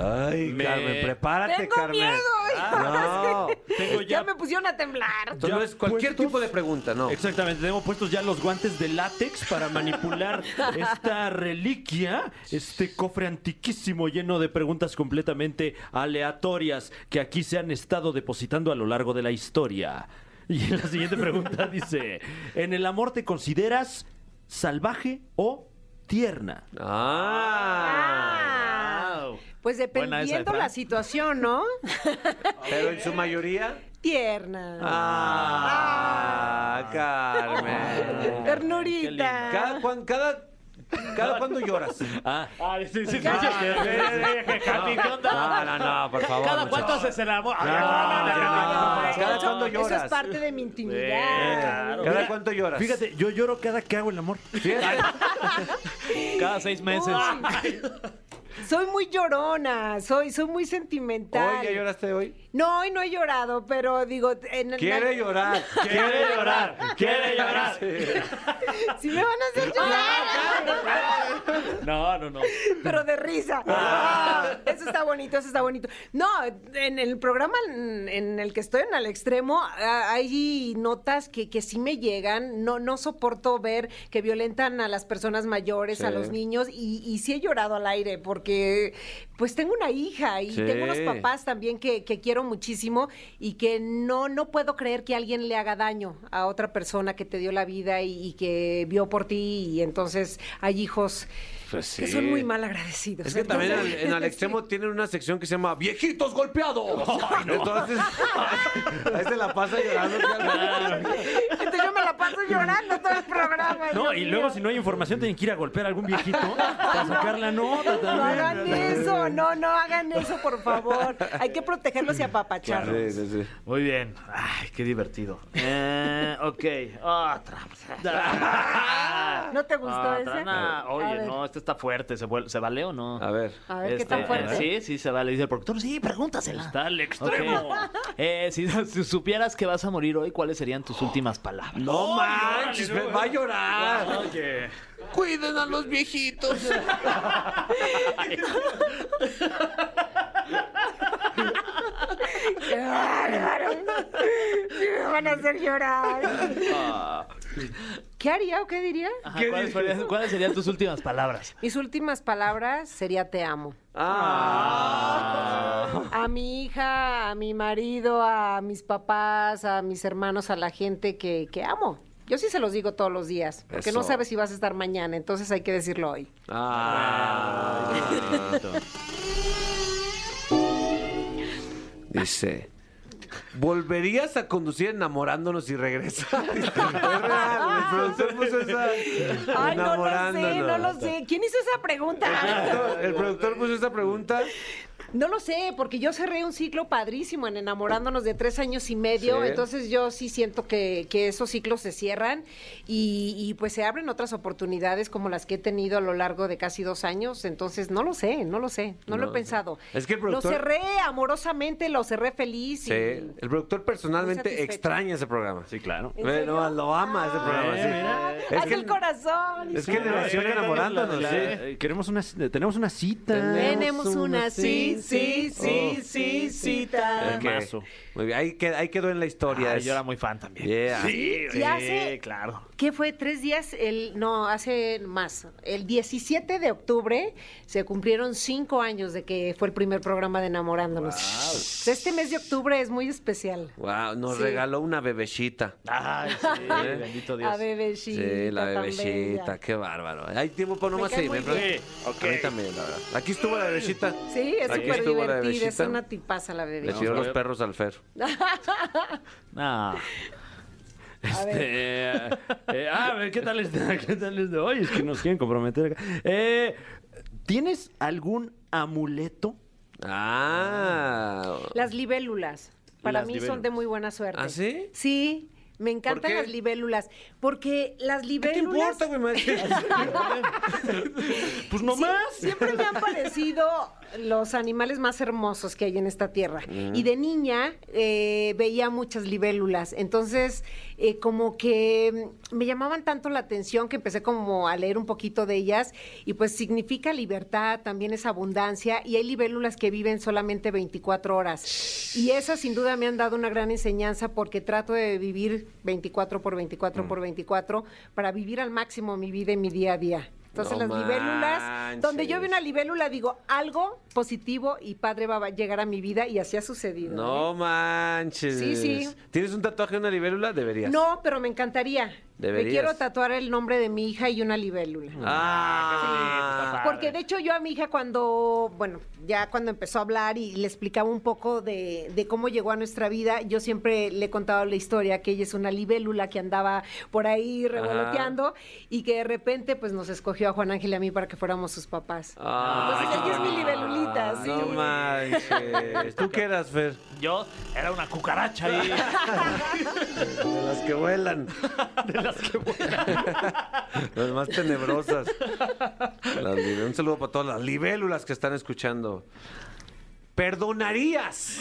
[SPEAKER 2] Ay, Carmen, prepárate,
[SPEAKER 8] Tengo
[SPEAKER 2] Carmen.
[SPEAKER 8] miedo.
[SPEAKER 2] Ah, no.
[SPEAKER 3] Tengo
[SPEAKER 8] ya
[SPEAKER 3] ya,
[SPEAKER 8] me pusieron a temblar.
[SPEAKER 2] Entonces,
[SPEAKER 3] Ya
[SPEAKER 2] cualquier
[SPEAKER 3] puestos.
[SPEAKER 2] tipo de pregunta, ¿no?
[SPEAKER 3] Exactamente, tengo puestos ya los guantes de látex para manipular esta reliquia, este cofre antiquísimo lleno de preguntas completamente aleatorias que aquí se han estado depositando a lo largo de la historia. Y la siguiente pregunta dice, ¿en el amor te consideras salvaje o tierna?
[SPEAKER 2] Ah.
[SPEAKER 8] Ah, Pues dependiendo la situación, ¿no?
[SPEAKER 2] Pero en su mayoría.
[SPEAKER 8] Tierna.
[SPEAKER 2] Ah, Carmen.
[SPEAKER 8] Ternurita.
[SPEAKER 2] Cada, cuan- cada, cada cuando lloras.
[SPEAKER 3] Ah,
[SPEAKER 4] Ay, sí, sí, sí.
[SPEAKER 2] No, no, no, por favor.
[SPEAKER 4] ¿Cada cuánto
[SPEAKER 2] muchachos.
[SPEAKER 4] haces el amor? Ay,
[SPEAKER 2] no, no, no, no.
[SPEAKER 8] Eso-
[SPEAKER 2] Cada cuando
[SPEAKER 8] Eso
[SPEAKER 2] lloras.
[SPEAKER 8] es parte de mi intimidad.
[SPEAKER 2] ¿Cada cuánto lloras?
[SPEAKER 3] Fíjate, yo lloro cada que hago el amor.
[SPEAKER 2] Fíjate.
[SPEAKER 4] Cada seis meses.
[SPEAKER 8] Uy. Soy muy llorona, soy, soy muy sentimental.
[SPEAKER 2] ¿Hoy ya lloraste hoy?
[SPEAKER 8] No, hoy no he llorado, pero digo, en,
[SPEAKER 2] Quiere
[SPEAKER 8] na-
[SPEAKER 2] llorar. Quiere llorar. Quiere llorar.
[SPEAKER 8] si me van a
[SPEAKER 2] Ah,
[SPEAKER 8] hacer llorar,
[SPEAKER 4] No, no, no.
[SPEAKER 8] pero de risa.
[SPEAKER 2] Ah.
[SPEAKER 8] Ah, Eso está bonito, eso está bonito. No, en el programa en, en el que estoy en al extremo, a- hay notas que, que sí me llegan. No, no soporto ver que violentan a las personas mayores, a
[SPEAKER 2] Sí.
[SPEAKER 8] los niños, y, y sí he llorado al aire, porque pues tengo una hija y
[SPEAKER 2] Sí.
[SPEAKER 8] tengo unos papás también que, que quiero muchísimo y que no, no puedo creer que alguien le haga daño a otra persona que te dio la vida y, y que vio por ti y entonces hay hijos
[SPEAKER 2] Pues
[SPEAKER 8] que
[SPEAKER 2] sí.
[SPEAKER 8] son muy mal agradecidos.
[SPEAKER 2] Es que también al-
[SPEAKER 8] Entonces-
[SPEAKER 2] en al extremo tienen una sección que se llama Viejitos Golpeados. Entonces, ahí se la pasa llorando.
[SPEAKER 8] Entonces este, yo me la paso llorando todo el programa.
[SPEAKER 3] No,
[SPEAKER 8] Dios
[SPEAKER 3] y
[SPEAKER 8] mío.
[SPEAKER 3] luego si no hay información tienen que ir a golpear a algún viejito para sacar la nota
[SPEAKER 8] No hagan
[SPEAKER 3] también.
[SPEAKER 8] eso, no, no hagan eso, por favor. Hay que protegerlos y apapacharlos.
[SPEAKER 2] Sí, sí, sí.
[SPEAKER 4] Muy bien. Ay, qué divertido. Eh, ok, otra.
[SPEAKER 8] ¿No te gustó
[SPEAKER 4] Otra,
[SPEAKER 8] ese?
[SPEAKER 4] nah,
[SPEAKER 8] A
[SPEAKER 4] Oye,
[SPEAKER 8] ver.
[SPEAKER 4] no, este está fuerte. ¿Se, vuel- ¿se vale o no?
[SPEAKER 2] A ver.
[SPEAKER 8] A ver, ¿qué
[SPEAKER 4] Este,
[SPEAKER 8] tan fuerte?
[SPEAKER 4] Sí, sí, se vale. Dice el productor, sí, pregúntasela.
[SPEAKER 9] Está al extremo.
[SPEAKER 4] Eh, si, si supieras que vas a morir hoy, ¿cuáles serían tus últimas palabras?
[SPEAKER 2] No manches, me va a llorar.
[SPEAKER 9] Oye.
[SPEAKER 2] Cuiden a los viejitos.
[SPEAKER 8] ¡Qué bárbaro! Sí, me van a hacer llorar. ¿Qué haría o qué diría?
[SPEAKER 4] Ajá, ¿cuáles, serían, cuáles serían tus últimas palabras?
[SPEAKER 8] Mis últimas palabras sería te amo. A mi hija, a mi marido, a mis papás, a mis hermanos, a la gente que, que amo. Yo sí se los digo todos los días, porque no
[SPEAKER 2] Eso.
[SPEAKER 8] sabes si vas a estar mañana, entonces hay que decirlo hoy.
[SPEAKER 2] Ah. Dice. ¿Volverías a conducir enamorándonos y regresar? Es real, el productor puso esa.
[SPEAKER 8] Ay, no lo sé, no lo
[SPEAKER 2] Enamorándonos.
[SPEAKER 8] sé. ¿Quién hizo esa pregunta?
[SPEAKER 2] El productor puso esa pregunta.
[SPEAKER 8] No lo sé, porque yo cerré un ciclo padrísimo en enamorándonos de tres años y medio,
[SPEAKER 2] Sí.
[SPEAKER 8] entonces yo sí siento que, que esos ciclos se cierran y, y, pues se abren otras oportunidades como las que he tenido a lo largo de casi dos años, entonces no lo sé, no lo sé, no, lo
[SPEAKER 2] No.
[SPEAKER 8] he pensado.
[SPEAKER 2] Es que el productor-
[SPEAKER 8] Lo cerré amorosamente, lo cerré feliz.
[SPEAKER 2] Sí. El productor
[SPEAKER 8] Muy
[SPEAKER 2] personalmente
[SPEAKER 8] satisfecho.
[SPEAKER 2] extraña ese programa.
[SPEAKER 9] Sí, claro.
[SPEAKER 8] ¿En
[SPEAKER 2] Bueno,
[SPEAKER 8] serio?
[SPEAKER 2] lo ama ese Este programa, sí.
[SPEAKER 8] Ay,
[SPEAKER 2] Es
[SPEAKER 8] haz
[SPEAKER 2] que-
[SPEAKER 8] el corazón.
[SPEAKER 2] Es que relación
[SPEAKER 9] eh,
[SPEAKER 2] enamorándonos,
[SPEAKER 9] la-
[SPEAKER 2] sí.
[SPEAKER 3] Eh, Queremos una, tenemos una cita.
[SPEAKER 8] Tenemos una sí, sí, sí,
[SPEAKER 3] Oh.
[SPEAKER 8] sí, cita.
[SPEAKER 2] Ok. Muy bien, ahí qued- ahí quedó en la historia.
[SPEAKER 4] Ay,
[SPEAKER 2] es-
[SPEAKER 4] yo era muy fan también.
[SPEAKER 2] Yeah.
[SPEAKER 4] Sí,
[SPEAKER 8] Sí, hace-
[SPEAKER 4] claro.
[SPEAKER 8] ¿Qué fue? ¿Tres días? El, no, hace más. El 17 de octubre se cumplieron cinco años de que fue el primer programa de Enamorándonos. Este mes de octubre es muy especial.
[SPEAKER 2] Wow, nos
[SPEAKER 8] Sí.
[SPEAKER 2] regaló una bebecita.
[SPEAKER 4] Ay, sí, bendito Dios.
[SPEAKER 8] A bebecita.
[SPEAKER 2] Sí, la
[SPEAKER 8] tan
[SPEAKER 2] bebecita,
[SPEAKER 8] bella.
[SPEAKER 2] qué bárbaro. Hay tiempo para nomás
[SPEAKER 8] Me cae
[SPEAKER 2] seguirme,
[SPEAKER 8] muy bien.
[SPEAKER 2] ¿verdad? A mí también, la verdad. Aquí estuvo la bebecita.
[SPEAKER 8] Sí, es
[SPEAKER 2] Aquí
[SPEAKER 8] súper
[SPEAKER 2] estuvo la
[SPEAKER 8] divertida. Es
[SPEAKER 2] bebecita.
[SPEAKER 8] una tipaza la
[SPEAKER 2] Le
[SPEAKER 8] bebecita.
[SPEAKER 2] tiró los perros al Fer.
[SPEAKER 9] No.
[SPEAKER 8] A ver.
[SPEAKER 3] Este, eh, eh, a ver, ¿qué tal está? ¿Qué tal es de hoy? Es que nos quieren comprometer acá. Eh, ¿Tienes algún amuleto?
[SPEAKER 2] Ah.
[SPEAKER 8] Las libélulas. Para
[SPEAKER 3] Las
[SPEAKER 8] mí
[SPEAKER 3] libélulas.
[SPEAKER 8] son de muy buena suerte.
[SPEAKER 2] ¿Ah, sí?
[SPEAKER 8] Sí, me encantan
[SPEAKER 2] qué?
[SPEAKER 8] las libélulas. Porque las
[SPEAKER 2] ¿Qué
[SPEAKER 8] libélulas.
[SPEAKER 2] te importa, güey? maestro?
[SPEAKER 3] Pues nomás.
[SPEAKER 8] Sí, siempre me han parecido los animales más hermosos que hay en esta tierra. Y de niña eh, veía muchas libélulas. Entonces, eh, como que mm, me llamaban tanto la atención que empecé como a leer un poquito de ellas. Y pues significa libertad, también es abundancia. Y hay libélulas que viven solamente 24 horas. Y esas sin duda me han dado una gran enseñanza porque trato de vivir 24 por 24 por 24 para vivir al máximo mi vida y mi día a día. Entonces
[SPEAKER 2] No
[SPEAKER 8] las libélulas, donde yo
[SPEAKER 2] manches.
[SPEAKER 8] vi una libélula, digo, algo positivo y padre va a llegar a mi vida y así ha sucedido.
[SPEAKER 2] No
[SPEAKER 8] ¿eh?
[SPEAKER 2] manches.
[SPEAKER 8] Sí, sí.
[SPEAKER 2] ¿Tienes un tatuaje de una libélula? Deberías.
[SPEAKER 8] No, pero me encantaría.
[SPEAKER 2] Deberías.
[SPEAKER 8] Me quiero tatuar el nombre de mi hija y una libélula.
[SPEAKER 2] Ah.
[SPEAKER 8] Porque de hecho yo a mi hija cuando, bueno, ya cuando empezó a hablar y le explicaba un poco de, de cómo llegó a nuestra vida, yo siempre le he contado la historia que ella es una libélula que andaba por ahí revoloteando y que de repente pues nos escogió a Juan Ángel y a mí para que fuéramos sus papás.
[SPEAKER 2] Ah,
[SPEAKER 8] Entonces ella Pues es mi libélulita, sí.
[SPEAKER 2] No manches. ¿Tú qué eras, Fer?
[SPEAKER 4] Yo era una cucaracha ahí.
[SPEAKER 2] De las que vuelan.
[SPEAKER 4] de las que
[SPEAKER 2] Las más tenebrosas. Las libe- un saludo para todas las libélulas que están escuchando. ¿Perdonarías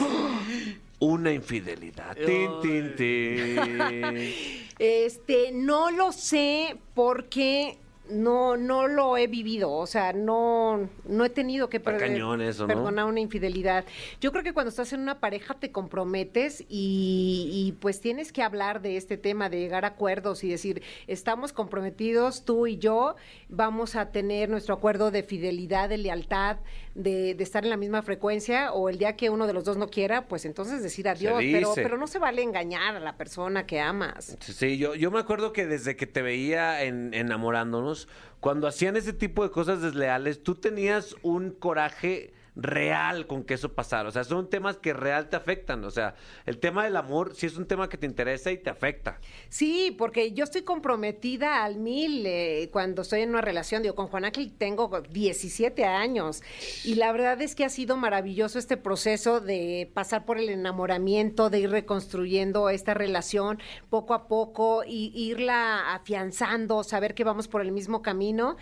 [SPEAKER 2] una infidelidad? Tin, tin, tin.
[SPEAKER 8] Este, no lo sé porque no, no lo he vivido, o sea, no, no he tenido que
[SPEAKER 2] Está
[SPEAKER 8] perder-
[SPEAKER 2] cañón eso, ¿no?
[SPEAKER 8] perdonar una infidelidad. Yo creo que cuando estás en una pareja te comprometes y, y, pues tienes que hablar de este tema, de llegar a acuerdos y decir, estamos comprometidos tú y yo, vamos a tener nuestro acuerdo de fidelidad, de lealtad, de, de estar en la misma frecuencia o el día que uno de los dos no quiera, pues entonces decir adiós, pero,
[SPEAKER 2] dice.
[SPEAKER 8] pero no se vale engañar a la persona que amas.
[SPEAKER 2] Sí, yo, yo me acuerdo que desde que te veía en enamorándonos, cuando hacían ese tipo de cosas desleales, tú tenías un coraje real con que eso pasara. O sea, son temas que real te afectan. O sea, el tema del amor sí es un tema que te interesa y te afecta.
[SPEAKER 8] Sí, porque yo estoy comprometida al mil eh, cuando estoy en una relación. Digo, con Juan Ángel tengo 17 años y la verdad es que ha sido maravilloso este proceso de pasar por el enamoramiento, de ir reconstruyendo esta relación poco a poco y irla afianzando, saber que vamos por el mismo camino.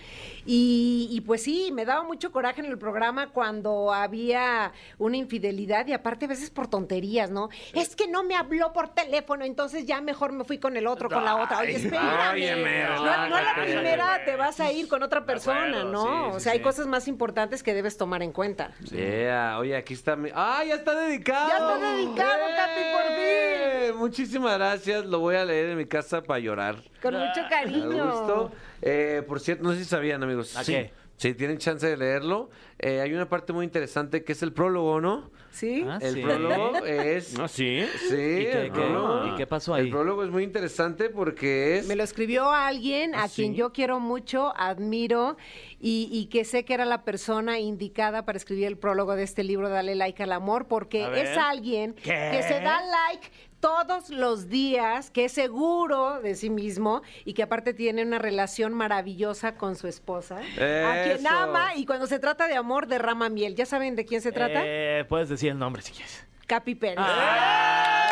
[SPEAKER 8] Y, y pues sí, me daba mucho coraje en el programa cuando había una infidelidad y aparte a veces por tonterías, ¿no? Es que no me habló por teléfono, entonces ya mejor me fui con el otro, con la otra. Oye, espérame.
[SPEAKER 2] óyeme,
[SPEAKER 8] no, no a la
[SPEAKER 2] relájate.
[SPEAKER 8] primera te vas a ir con otra persona,
[SPEAKER 4] acuerdo,
[SPEAKER 8] ¿no?
[SPEAKER 4] sí, sí,
[SPEAKER 8] o sea, hay
[SPEAKER 4] sí.
[SPEAKER 8] cosas más importantes que debes tomar en cuenta.
[SPEAKER 2] Yeah, Oye, aquí está mi... ¡Ah, ya está dedicado!
[SPEAKER 8] Ya está dedicado, Capi,
[SPEAKER 2] por fin! Muchísimas gracias. Lo voy a leer en mi casa para llorar.
[SPEAKER 8] Con mucho
[SPEAKER 2] A
[SPEAKER 8] cariño.
[SPEAKER 2] gusto. Eh, por cierto, no sé si sabían, amigos.
[SPEAKER 4] ¿A
[SPEAKER 2] sí.
[SPEAKER 4] qué?
[SPEAKER 2] Sí, tienen chance de leerlo. Eh, hay una parte muy interesante que es el prólogo, ¿no?
[SPEAKER 8] ¿Sí?
[SPEAKER 4] Ah,
[SPEAKER 2] el
[SPEAKER 4] sí.
[SPEAKER 2] prólogo es...
[SPEAKER 3] sí.
[SPEAKER 2] Ah, Sí,
[SPEAKER 4] ¿Y qué-
[SPEAKER 2] el
[SPEAKER 4] qué-
[SPEAKER 2] prólogo.
[SPEAKER 4] y qué pasó ahí?
[SPEAKER 2] El prólogo es muy interesante porque es...
[SPEAKER 8] Me lo escribió alguien
[SPEAKER 2] ¿Ah,
[SPEAKER 8] a quien yo quiero mucho, admiro y, y que sé que era la persona indicada para escribir el prólogo de este libro, Dale Like al Amor, porque es alguien que se da like todos los días, que es seguro de sí mismo y que aparte tiene una relación maravillosa con su esposa, a quien
[SPEAKER 2] Eso.
[SPEAKER 8] ama y cuando se trata de amor derrama miel. ¿Ya saben de quién se trata?
[SPEAKER 4] Eh, puedes decir el nombre si quieres.
[SPEAKER 8] Capi Pérez.
[SPEAKER 2] Ah. ¡Eh!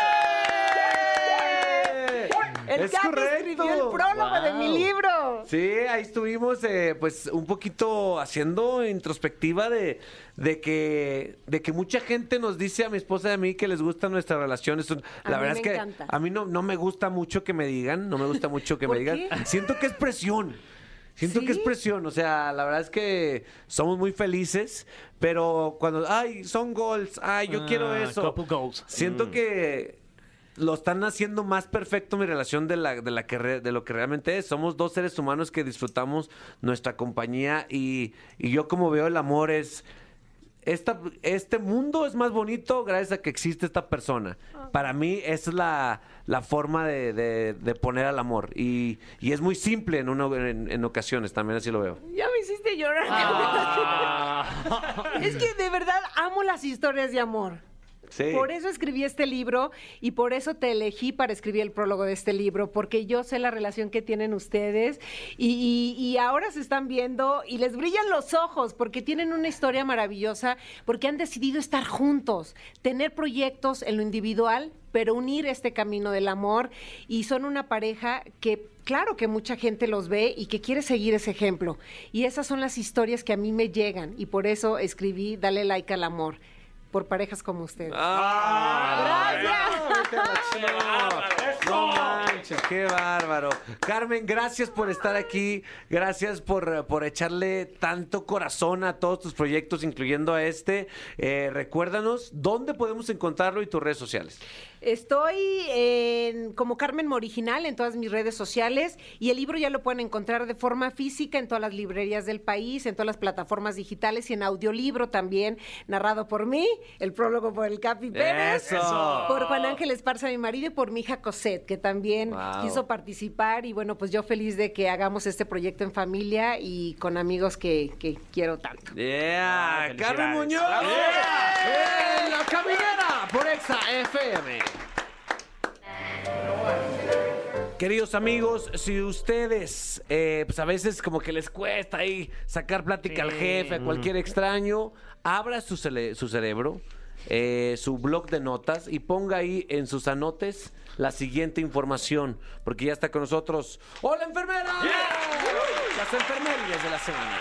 [SPEAKER 8] El
[SPEAKER 2] Es
[SPEAKER 8] Capi
[SPEAKER 2] correcto.
[SPEAKER 8] escribió el prólogo de mi
[SPEAKER 4] Wow.
[SPEAKER 8] libro.
[SPEAKER 2] Sí, ahí estuvimos eh, pues un poquito haciendo introspectiva de, de que de que mucha gente nos dice a mi esposa y a mí que les gusta nuestra relación. Es un-
[SPEAKER 8] A
[SPEAKER 2] la
[SPEAKER 8] mí
[SPEAKER 2] verdad
[SPEAKER 8] me
[SPEAKER 2] es que
[SPEAKER 8] encanta.
[SPEAKER 2] a mí no, no me gusta mucho que me digan, no me gusta mucho que me
[SPEAKER 8] ¿Por
[SPEAKER 2] digan.
[SPEAKER 8] qué?
[SPEAKER 2] Siento que es presión. Siento que es
[SPEAKER 8] ¿Sí?
[SPEAKER 2] presión, o sea, la verdad es que somos muy felices, pero cuando, ay, son goals, ay, yo
[SPEAKER 4] Ah,
[SPEAKER 2] quiero eso.
[SPEAKER 4] couple goals. Mm.
[SPEAKER 2] Siento que lo están haciendo más perfecto mi relación de, la, de, la que re- de lo que realmente es. Somos dos seres humanos que disfrutamos nuestra compañía y, y yo como veo el amor es... Esta, este mundo es más bonito gracias a que existe esta persona. Para mí esa es la, la forma de, de- de poner al amor. Y, y es muy simple en, una, en, en ocasiones, también así lo veo.
[SPEAKER 8] Ya me hiciste llorar.
[SPEAKER 2] Ah.
[SPEAKER 10] Ah.
[SPEAKER 8] es que de verdad amo las historias de amor.
[SPEAKER 2] Sí.
[SPEAKER 8] Por eso escribí este libro y por eso te elegí para escribir el prólogo de este libro, porque yo sé la relación que tienen ustedes y, y- y ahora se están viendo y les brillan los ojos porque tienen una historia maravillosa, porque han decidido estar juntos, tener proyectos en lo individual, pero unir este camino del amor y son una pareja que... Claro que mucha gente los ve y que quiere seguir ese ejemplo. Y esas son las historias que a mí me llegan. Y por eso escribí Dale like al amor, por parejas como ustedes.
[SPEAKER 2] Ah, ¡Gracias! ¡No manches! ¡Qué bárbaro! Carmen, gracias por estar aquí. Gracias por, por echarle tanto corazón a todos tus proyectos, incluyendo a este. Eh, recuérdanos dónde podemos encontrarlo y tus redes sociales.
[SPEAKER 8] Estoy en- como Carmen Original en todas mis redes sociales y el libro ya lo pueden encontrar de forma física en todas las librerías del país, en todas las plataformas digitales y en audiolibro también, narrado por mí, el prólogo por el Capi Pérez,
[SPEAKER 2] ¡Eso!
[SPEAKER 8] por Juan Ángel Esparza, mi marido, y por mi hija Cosette, que también
[SPEAKER 2] Wow.
[SPEAKER 8] quiso participar. Y bueno, pues yo feliz de que hagamos este proyecto en familia y con amigos que, que quiero tanto.
[SPEAKER 2] ¡Yeah!
[SPEAKER 4] Ah,
[SPEAKER 2] ¡Carmen
[SPEAKER 4] felicidades.
[SPEAKER 2] Muñoz!
[SPEAKER 4] ¡Bravo!
[SPEAKER 2] ¡Yeah! ¡En la caminera por Exa FM! Queridos amigos, si ustedes, eh, pues a veces como que les cuesta ahí sacar plática al jefe, a cualquier extraño, abra su, cele- su cerebro, eh, su blog de notas y ponga ahí en sus anotes la siguiente información, porque ya está con nosotros. ¡Hola, enfermera! Las enfermerías de la semana.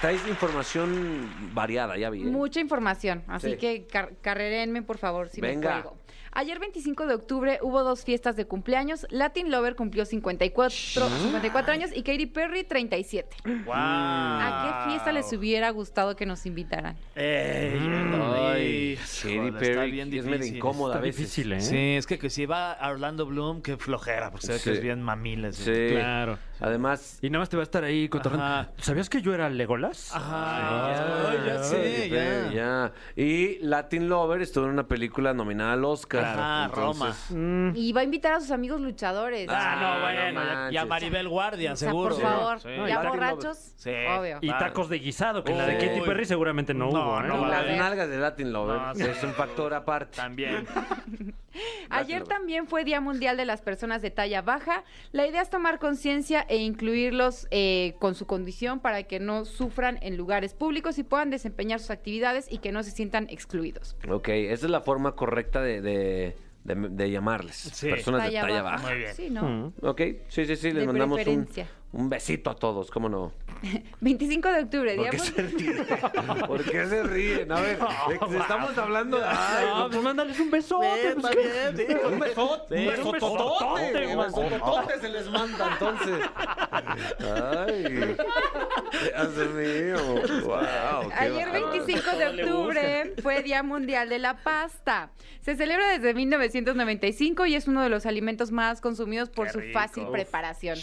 [SPEAKER 2] Traes información variada, ya vi. ¿eh?
[SPEAKER 5] Mucha información, así
[SPEAKER 2] Sí.
[SPEAKER 5] que car- carrerenme, por favor, si me
[SPEAKER 2] Venga,
[SPEAKER 5] cuelgo.
[SPEAKER 10] Ayer 25 de octubre hubo dos fiestas de cumpleaños. Latin Lover cumplió 54, 54 años y Katy Perry 37.
[SPEAKER 4] ¡Wow! Ah.
[SPEAKER 10] ¿A qué fiesta les hubiera gustado que nos invitaran?
[SPEAKER 4] Ey,
[SPEAKER 2] Mm. Ay,
[SPEAKER 4] ay,
[SPEAKER 2] Katy
[SPEAKER 4] híjole, está
[SPEAKER 2] Perry
[SPEAKER 4] bien
[SPEAKER 2] es
[SPEAKER 4] difícil.
[SPEAKER 2] medio incómoda a
[SPEAKER 3] Está
[SPEAKER 2] veces.
[SPEAKER 3] difícil, ¿eh?
[SPEAKER 4] Sí, es que, que si va a Orlando Bloom, qué flojera, porque se ve
[SPEAKER 2] Sí.
[SPEAKER 4] que es bien mamiles.
[SPEAKER 2] Sí.
[SPEAKER 3] Claro.
[SPEAKER 2] Además,
[SPEAKER 3] Y nada más te va a estar ahí
[SPEAKER 4] Ajá.
[SPEAKER 3] cotorreando. ¿Sabías que yo era Legolas?
[SPEAKER 4] Ajá,
[SPEAKER 3] Ay,
[SPEAKER 4] ya, ya sé,
[SPEAKER 2] Katy Perry, ya. Y Latin Lover estuvo en una película nominada al Oscar.
[SPEAKER 4] Ajá,
[SPEAKER 2] Entonces,
[SPEAKER 4] Roma.
[SPEAKER 10] Y va a invitar a sus amigos luchadores.
[SPEAKER 4] Ah,
[SPEAKER 2] Ah,
[SPEAKER 4] no,
[SPEAKER 2] no
[SPEAKER 4] bueno. ya- y a
[SPEAKER 2] manches.
[SPEAKER 4] Maribel Guardia,
[SPEAKER 10] O sea,
[SPEAKER 4] seguro.
[SPEAKER 10] por favor,
[SPEAKER 4] Sí.
[SPEAKER 10] ya
[SPEAKER 2] Latin
[SPEAKER 10] borrachos,
[SPEAKER 4] Sí.
[SPEAKER 10] obvio.
[SPEAKER 3] Y tacos de guisado, que en la de
[SPEAKER 2] Uy.
[SPEAKER 3] Katy Perry seguramente
[SPEAKER 4] No,
[SPEAKER 3] no, hubo. ¿eh?
[SPEAKER 4] no
[SPEAKER 2] No,
[SPEAKER 4] va a
[SPEAKER 2] las
[SPEAKER 4] haber.
[SPEAKER 2] nalgas de Latin Lover
[SPEAKER 4] No, sí.
[SPEAKER 2] es un factor aparte.
[SPEAKER 4] También.
[SPEAKER 10] Ayer
[SPEAKER 2] Lástima.
[SPEAKER 10] también fue Día Mundial de las Personas de Talla Baja. La idea es tomar conciencia e incluirlos eh, con su condición para que no sufran en lugares públicos y puedan desempeñar sus actividades y que no se sientan excluidos.
[SPEAKER 2] Ok, esa es la forma correcta de, de- de- de llamarles.
[SPEAKER 4] Sí.
[SPEAKER 2] Personas de talla baja. Mm.
[SPEAKER 4] Muy bien.
[SPEAKER 10] Sí, ¿no?
[SPEAKER 2] Ok, sí, sí, sí, les
[SPEAKER 10] De
[SPEAKER 2] mandamos un,
[SPEAKER 10] preferencia.
[SPEAKER 2] un besito a todos, ¿cómo no?
[SPEAKER 10] 25 de octubre,
[SPEAKER 2] ¿Por
[SPEAKER 10] Día
[SPEAKER 2] qué
[SPEAKER 10] Mundial-
[SPEAKER 2] se ríen? ¿Por qué se ríen? A ver, de- estamos hablando de... Ay,
[SPEAKER 3] Ah, pues mándales un beso.
[SPEAKER 10] pues,
[SPEAKER 2] un besote,
[SPEAKER 4] Sí,
[SPEAKER 2] un
[SPEAKER 4] un
[SPEAKER 2] besotote, un besototote se les manda entonces. Ay, Dios mío, wow. qué
[SPEAKER 10] Ayer
[SPEAKER 2] bárbaro.
[SPEAKER 10] 25 de octubre fue Día Mundial de la Pasta. Se celebra desde 1995 y es uno de los alimentos más consumidos por
[SPEAKER 4] Qué
[SPEAKER 10] su
[SPEAKER 4] rico.
[SPEAKER 10] fácil
[SPEAKER 4] Uf.
[SPEAKER 10] preparación.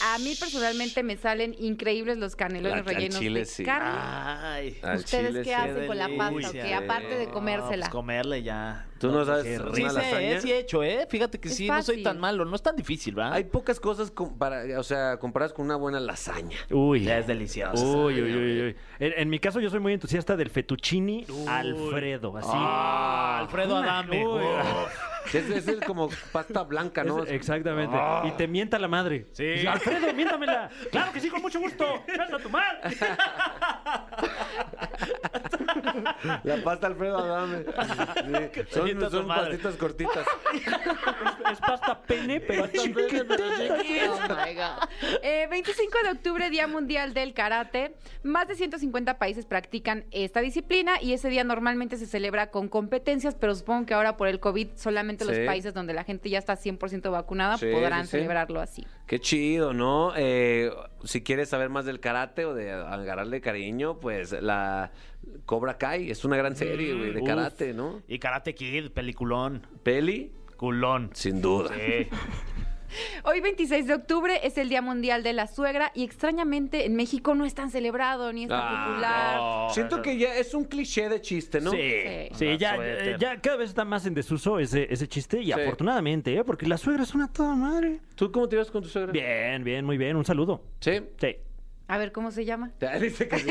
[SPEAKER 10] A mí personalmente me salen increíbles los canelones
[SPEAKER 2] La- al
[SPEAKER 10] rellenos
[SPEAKER 2] chile
[SPEAKER 10] de
[SPEAKER 2] sí. Ah,
[SPEAKER 10] carne.
[SPEAKER 4] Ay.
[SPEAKER 2] Al
[SPEAKER 10] ¿Ustedes
[SPEAKER 2] chile
[SPEAKER 10] qué
[SPEAKER 2] sí. Ah,
[SPEAKER 10] hacen con la pasta? ¿O
[SPEAKER 4] delicia.
[SPEAKER 10] qué? Aparte de
[SPEAKER 4] No,
[SPEAKER 10] comérsela.
[SPEAKER 4] pues comerle ya.
[SPEAKER 2] Tú no sabes hacer
[SPEAKER 4] Sí,
[SPEAKER 2] una
[SPEAKER 4] sé,
[SPEAKER 2] lasaña.
[SPEAKER 4] eh, sí he hecho, ¿eh? Fíjate que
[SPEAKER 10] Es
[SPEAKER 4] sí, no soy
[SPEAKER 10] fácil.
[SPEAKER 4] tan malo. No es tan difícil, ¿verdad?
[SPEAKER 2] Hay pocas cosas compara- o sea, comparadas con una buena lasaña.
[SPEAKER 3] Uy.
[SPEAKER 4] Ya es delicioso.
[SPEAKER 3] Uy, uy, uy, uy. En, en mi caso, yo soy muy entusiasta del fettuccini Alfredo. Así.
[SPEAKER 4] Ah, Alfredo Adame.
[SPEAKER 3] Uy.
[SPEAKER 4] Uf.
[SPEAKER 2] Es, es el como pasta blanca, ¿no?
[SPEAKER 3] Es- exactamente. Y te mienta la madre.
[SPEAKER 4] Sí.
[SPEAKER 3] Dice, Alfredo, miéntamela. claro que sí, con mucho gusto. Gracias a tu madre.
[SPEAKER 2] La pasta Alfredo Adame. Sí.
[SPEAKER 4] Mienta
[SPEAKER 2] Son,
[SPEAKER 4] tu
[SPEAKER 2] son
[SPEAKER 4] madre.
[SPEAKER 2] pastitas cortitas.
[SPEAKER 3] Es, es pasta pene, pero chiquita.
[SPEAKER 10] Oh my God. Eh, 25 de octubre, Día Mundial del Karate. Más de 150 países practican esta disciplina y ese día normalmente se celebra con competencias, pero supongo que ahora por el COVID solamente los
[SPEAKER 2] Sí.
[SPEAKER 10] países donde la gente ya está 100% vacunada
[SPEAKER 2] Sí,
[SPEAKER 10] podrán
[SPEAKER 2] sí, sí.
[SPEAKER 10] celebrarlo así.
[SPEAKER 2] Qué chido, ¿no? Eh, si quieres saber más del karate o de agarrarle cariño, pues la Cobra Kai es una gran serie, güey, de
[SPEAKER 4] Mm, Uf.
[SPEAKER 2] karate, ¿no?
[SPEAKER 4] Y Karate Kid, peliculón,
[SPEAKER 2] Peli,
[SPEAKER 4] culón.
[SPEAKER 2] sin duda.
[SPEAKER 4] Sí.
[SPEAKER 10] Hoy 26 de octubre es el Día Mundial de la Suegra y extrañamente en México no es tan celebrado ni es tan
[SPEAKER 2] Ah,
[SPEAKER 10] popular.
[SPEAKER 4] no.
[SPEAKER 2] Siento que ya es un cliché de chiste, ¿no?
[SPEAKER 4] Sí.
[SPEAKER 3] Sí, ya, eh,
[SPEAKER 4] Suéter.
[SPEAKER 3] ya cada vez está más en desuso ese, ese chiste y afortunadamente, ¿eh? porque la suegra es una toda madre.
[SPEAKER 2] ¿Tú cómo te ibas con tu suegra?
[SPEAKER 3] Bien, bien, muy bien. Un saludo.
[SPEAKER 2] Sí.
[SPEAKER 3] Sí.
[SPEAKER 10] A ver, ¿cómo se llama?
[SPEAKER 2] Dice que sí.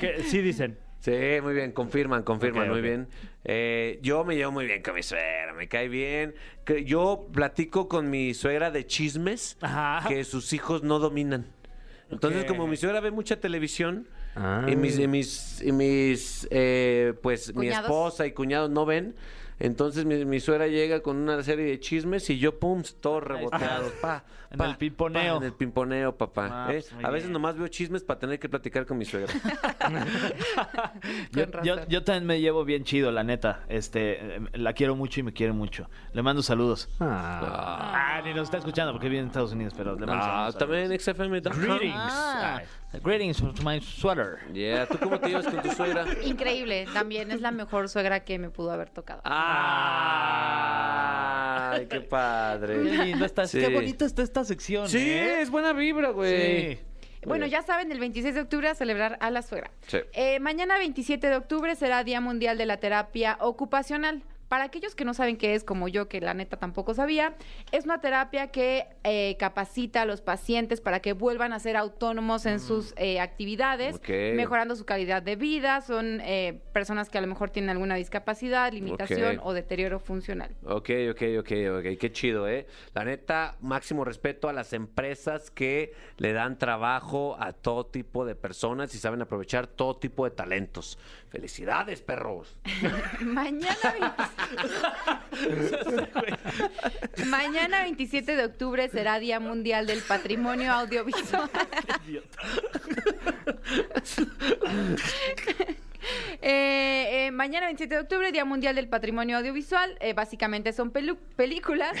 [SPEAKER 3] Que- sí dicen.
[SPEAKER 2] Sí, muy bien, confirman, confirman,
[SPEAKER 4] Ok,
[SPEAKER 2] muy
[SPEAKER 4] ok.
[SPEAKER 2] bien. Eh, yo me llevo muy bien con mi suegra, me cae bien. Que Yo platico con mi suegra de chismes
[SPEAKER 4] Ajá.
[SPEAKER 2] que sus hijos no dominan. Entonces, como mi suegra ve mucha televisión
[SPEAKER 3] Ah.
[SPEAKER 2] y mis, y mis, y mis, eh, pues mi
[SPEAKER 10] Cuñados.
[SPEAKER 2] esposa y cuñados no ven, entonces mi, mi suegra llega con una serie de chismes y yo, pum, todo reboteado. Pa,
[SPEAKER 4] En
[SPEAKER 2] pa,
[SPEAKER 4] el pimponeo.
[SPEAKER 2] pa, en el pimponeo, papá.
[SPEAKER 4] Ah,
[SPEAKER 2] ¿eh?
[SPEAKER 4] pues, muy
[SPEAKER 2] A veces
[SPEAKER 4] bien.
[SPEAKER 2] nomás veo chismes para tener que platicar con mi suegra.
[SPEAKER 4] Yo,
[SPEAKER 10] Con razón.
[SPEAKER 4] yo- yo también me llevo bien chido, la neta. Este, eh, la quiero mucho y me quiere mucho. Le mando saludos.
[SPEAKER 3] Ah.
[SPEAKER 4] Ah, ni nos está escuchando porque viene en Estados Unidos, pero le mando
[SPEAKER 2] Ah,
[SPEAKER 4] saludos.
[SPEAKER 2] también en XFM.com.
[SPEAKER 3] Greetings.
[SPEAKER 4] Ah, greetings from my sweater.
[SPEAKER 2] Yeah, ¿tú cómo te llevas con tu suegra?
[SPEAKER 10] Increíble, también es la mejor suegra que me pudo haber tocado.
[SPEAKER 2] Ah, ¡Ay, qué padre!
[SPEAKER 4] Qué lindo está-
[SPEAKER 2] Sí.
[SPEAKER 4] Qué bonito está esta sección.
[SPEAKER 2] Sí,
[SPEAKER 4] ¿eh?
[SPEAKER 2] es buena vibra, güey.
[SPEAKER 4] Sí.
[SPEAKER 10] Bueno,
[SPEAKER 2] Muy
[SPEAKER 10] ya saben, el 26 de octubre a celebrar a la suegra.
[SPEAKER 2] Sí.
[SPEAKER 10] Eh, mañana 27 de octubre será Día Mundial de la Terapia Ocupacional. Para aquellos que no saben qué es, como yo, que la neta tampoco sabía, es una terapia que eh, capacita a los pacientes para que vuelvan a ser autónomos en sus eh, actividades,
[SPEAKER 2] Mm. Ok.
[SPEAKER 10] mejorando su calidad de vida. Son eh, personas que a lo mejor tienen alguna discapacidad, limitación
[SPEAKER 2] Ok.
[SPEAKER 10] o deterioro funcional.
[SPEAKER 2] Ok, ok, ok, ok. Qué chido, ¿eh? La neta, máximo respeto a las empresas que le dan trabajo a todo tipo de personas y saben aprovechar todo tipo de talentos. ¡Felicidades, perros!
[SPEAKER 10] Mañana, 20 Mañana 27 de octubre será Día Mundial del Patrimonio Audiovisual. Eh, Eh, mañana 27 de octubre, Día Mundial del Patrimonio Audiovisual. Eh, básicamente son pelu- películas.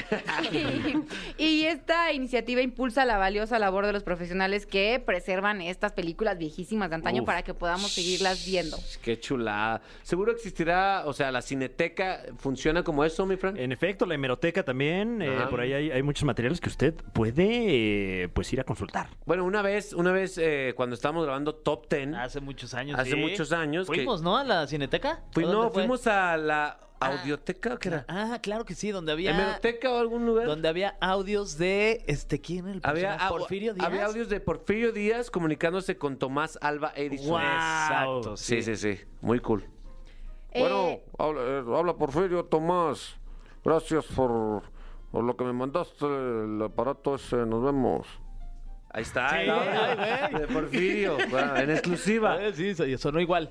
[SPEAKER 10] y, y esta iniciativa impulsa la valiosa labor de los profesionales que preservan estas películas viejísimas de antaño
[SPEAKER 2] Uf.
[SPEAKER 10] para que podamos seguirlas viendo.
[SPEAKER 2] Qué chulada. Seguro existirá, o sea, la cineteca funciona como eso, mi
[SPEAKER 4] Eh.
[SPEAKER 2] Fran.
[SPEAKER 3] En efecto, la hemeroteca también. eh,
[SPEAKER 2] Ajá.
[SPEAKER 3] por ahí hay, hay muchos materiales que usted puede eh, pues ir a consultar.
[SPEAKER 2] Bueno, una vez, una vez eh, cuando estábamos grabando Top Ten,
[SPEAKER 4] Hace muchos años.
[SPEAKER 2] Hace
[SPEAKER 4] Ah, sí.
[SPEAKER 2] muchos años que-
[SPEAKER 4] Fuimos, ¿no? A la Cineteca. ¿O
[SPEAKER 2] fui-
[SPEAKER 4] dónde
[SPEAKER 2] no,
[SPEAKER 4] fue?
[SPEAKER 2] fuimos a la audioteca, ¿qué era?
[SPEAKER 4] Ah, claro que sí, donde había.
[SPEAKER 2] ¿Hemeroteca o algún lugar?
[SPEAKER 4] Donde había audios de. este ¿Quién era el
[SPEAKER 2] Había,
[SPEAKER 4] personaje?
[SPEAKER 2] au-
[SPEAKER 4] Porfirio Díaz.
[SPEAKER 2] había audios de Porfirio Díaz comunicándose con Tomás Alba Edison.
[SPEAKER 4] Wow. Exacto,
[SPEAKER 2] Sí, sí, sí. Muy cool.
[SPEAKER 10] Eh,
[SPEAKER 11] Bueno, habla, eh, habla Porfirio Tomás. Gracias por, por lo que me mandaste. El aparato ese, nos vemos.
[SPEAKER 2] Ahí está.
[SPEAKER 11] Sí,
[SPEAKER 2] el audio
[SPEAKER 11] ay, güey. Ah,
[SPEAKER 2] de Porfirio. Bueno, en exclusiva.
[SPEAKER 4] Eh, Sí, so- sonó igual.